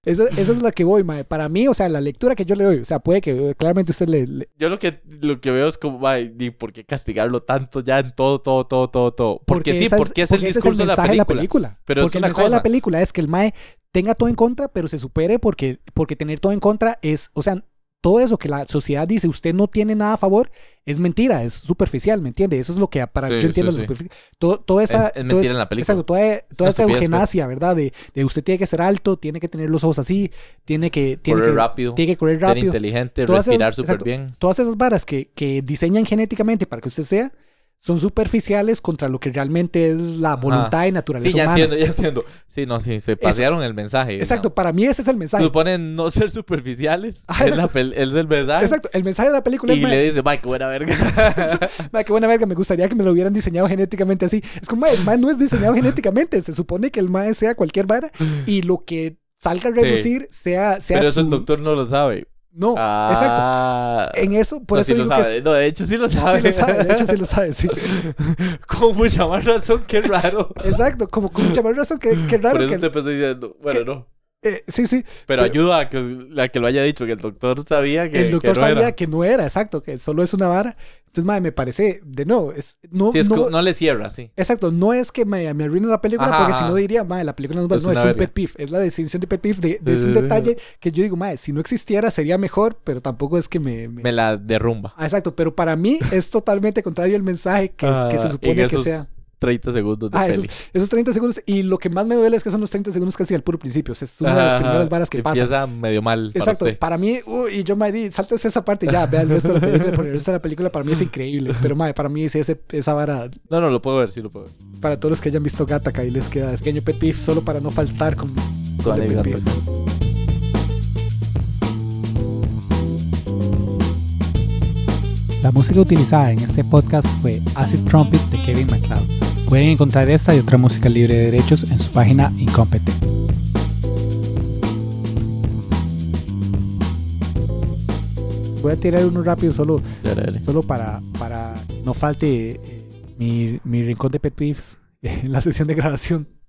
[SPEAKER 2] Esa, esa es la que voy, mae. Para mí, o sea, la lectura que yo le doy, o sea, puede que eh, claramente usted le... le-
[SPEAKER 1] Yo lo que, lo que veo es como, mae, ni por qué castigarlo tanto ya en todo, todo, todo, todo, todo. Porque, sí,
[SPEAKER 2] esa
[SPEAKER 1] porque es el
[SPEAKER 2] porque ese
[SPEAKER 1] discurso
[SPEAKER 2] mensaje
[SPEAKER 1] de la película. Pero es
[SPEAKER 2] porque el
[SPEAKER 1] una
[SPEAKER 2] mensaje de la
[SPEAKER 1] cosa.
[SPEAKER 2] película es que el mae tenga todo en contra, pero se supere porque, porque tener todo en contra es, o sea, todo eso que la sociedad dice, usted no tiene nada a favor, es mentira, es superficial, ¿me entiende? Eso es lo que para
[SPEAKER 1] Sí,
[SPEAKER 2] yo entiendo
[SPEAKER 1] sí, sí.
[SPEAKER 2] lo superfici- Todo, toda esa,
[SPEAKER 1] Es- es
[SPEAKER 2] todo
[SPEAKER 1] mentira
[SPEAKER 2] ese-
[SPEAKER 1] en la película.
[SPEAKER 2] Exacto, toda, toda
[SPEAKER 1] una
[SPEAKER 2] esa
[SPEAKER 1] estupidez, pues.
[SPEAKER 2] eugenasia, ¿verdad? De, de usted tiene que ser alto, tiene que tener los ojos así, tiene que, tiene
[SPEAKER 1] Correr
[SPEAKER 2] que,
[SPEAKER 1] rápido.
[SPEAKER 2] tiene que correr
[SPEAKER 1] ser
[SPEAKER 2] rápido.
[SPEAKER 1] inteligente,
[SPEAKER 2] Todas esas-
[SPEAKER 1] respirar súper
[SPEAKER 2] exacto.
[SPEAKER 1] bien.
[SPEAKER 2] todas esas varas que, que diseñan genéticamente para que usted sea, son superficiales contra lo que realmente es la voluntad y naturaleza
[SPEAKER 1] Sí, ya
[SPEAKER 2] humana.
[SPEAKER 1] entiendo, ya entiendo. Sí, no, sí, se pasearon el mensaje.
[SPEAKER 2] Exacto, para mí ese es el
[SPEAKER 1] ¿no?
[SPEAKER 2] mensaje.
[SPEAKER 1] Suponen no ser superficiales.
[SPEAKER 2] Ah,
[SPEAKER 1] es, la pel- es el mensaje.
[SPEAKER 2] Exacto, el mensaje de la película
[SPEAKER 1] Y
[SPEAKER 2] es, "Mae,
[SPEAKER 1] le dice, va, qué buena verga.
[SPEAKER 2] mae, qué buena verga, me gustaría que me lo hubieran diseñado genéticamente así. Es como, "Mae, el mae no es diseñado genéticamente, se supone que el mae sea cualquier vara y lo que salga a relucir sea, sea
[SPEAKER 1] Pero eso el
[SPEAKER 2] su-
[SPEAKER 1] doctor no lo sabe.
[SPEAKER 2] No, exacto.
[SPEAKER 1] Ah,
[SPEAKER 2] En eso, por
[SPEAKER 1] no,
[SPEAKER 2] eso
[SPEAKER 1] sí lo
[SPEAKER 2] digo que
[SPEAKER 1] sabe. No, de hecho sí lo
[SPEAKER 2] sí
[SPEAKER 1] sabe.
[SPEAKER 2] lo sabe, de hecho sí lo sabe, sí.
[SPEAKER 1] Con mucha más razón, qué raro.
[SPEAKER 2] Exacto, como con mucha más razón que, que raro
[SPEAKER 1] Por eso
[SPEAKER 2] que...
[SPEAKER 1] te empecé diciendo, bueno,
[SPEAKER 2] que-
[SPEAKER 1] no.
[SPEAKER 2] eh, sí, sí,
[SPEAKER 1] Pero,
[SPEAKER 2] pero-
[SPEAKER 1] ayuda a que, a que lo haya dicho, que el doctor sabía que.
[SPEAKER 2] el doctor
[SPEAKER 1] que no
[SPEAKER 2] sabía
[SPEAKER 1] era.
[SPEAKER 2] que no era, exacto, que solo es una vara. Entonces, madre, me parece, de nuevo, es, no,
[SPEAKER 1] Sí, es
[SPEAKER 2] no-
[SPEAKER 1] co- no le cierra, sí.
[SPEAKER 2] exacto, no es que me, me arruine la película,
[SPEAKER 1] Ajá,
[SPEAKER 2] porque si
[SPEAKER 1] ajá.
[SPEAKER 2] no diría, madre, la película no es buena,
[SPEAKER 1] Es
[SPEAKER 2] no, es
[SPEAKER 1] una
[SPEAKER 2] un
[SPEAKER 1] verga.
[SPEAKER 2] pet peeve, es la definición de pet peeve, de, de- es
[SPEAKER 1] Sí, sí,
[SPEAKER 2] un
[SPEAKER 1] sí.
[SPEAKER 2] detalle que yo digo, madre, si no existiera sería mejor, pero tampoco es que me... me-
[SPEAKER 1] Me la derrumba.
[SPEAKER 2] Ah, exacto, pero para mí es totalmente contrario al mensaje que, es- que se
[SPEAKER 1] Ah,
[SPEAKER 2] supone
[SPEAKER 1] en
[SPEAKER 2] que
[SPEAKER 1] esos
[SPEAKER 2] sea.
[SPEAKER 1] 30 segundos de
[SPEAKER 2] Ah,
[SPEAKER 1] peli.
[SPEAKER 2] esos, esos 30 segundos, y lo que más me duele es que son los 30 segundos casi al puro principio, o sea, es una de las
[SPEAKER 1] Ajá,
[SPEAKER 2] primeras varas que pasa.
[SPEAKER 1] Empieza medio mal. para
[SPEAKER 2] Exacto,
[SPEAKER 1] usted.
[SPEAKER 2] para mí, uy, y yo me di, saltas esa parte, y ya, vea el resto de la película, porque el resto de la película para mí es increíble, pero madre, para mí es ese, esa vara,
[SPEAKER 1] No, no, lo puedo ver, sí lo puedo ver.
[SPEAKER 2] para todos los que hayan visto Gataca ahí les queda pequeño pet peeve, solo para no faltar con, con el
[SPEAKER 1] el
[SPEAKER 2] pet peeve. La música utilizada en este podcast fue Acid Trumpet de Kevin MacLeod. Pueden encontrar esta y otra música libre de derechos en su página Incompetente. Voy a tirar uno rápido solo,
[SPEAKER 1] Dale, dale.
[SPEAKER 2] solo para, para no falte eh, mi, mi rincón de pet peeves en la sesión de grabación.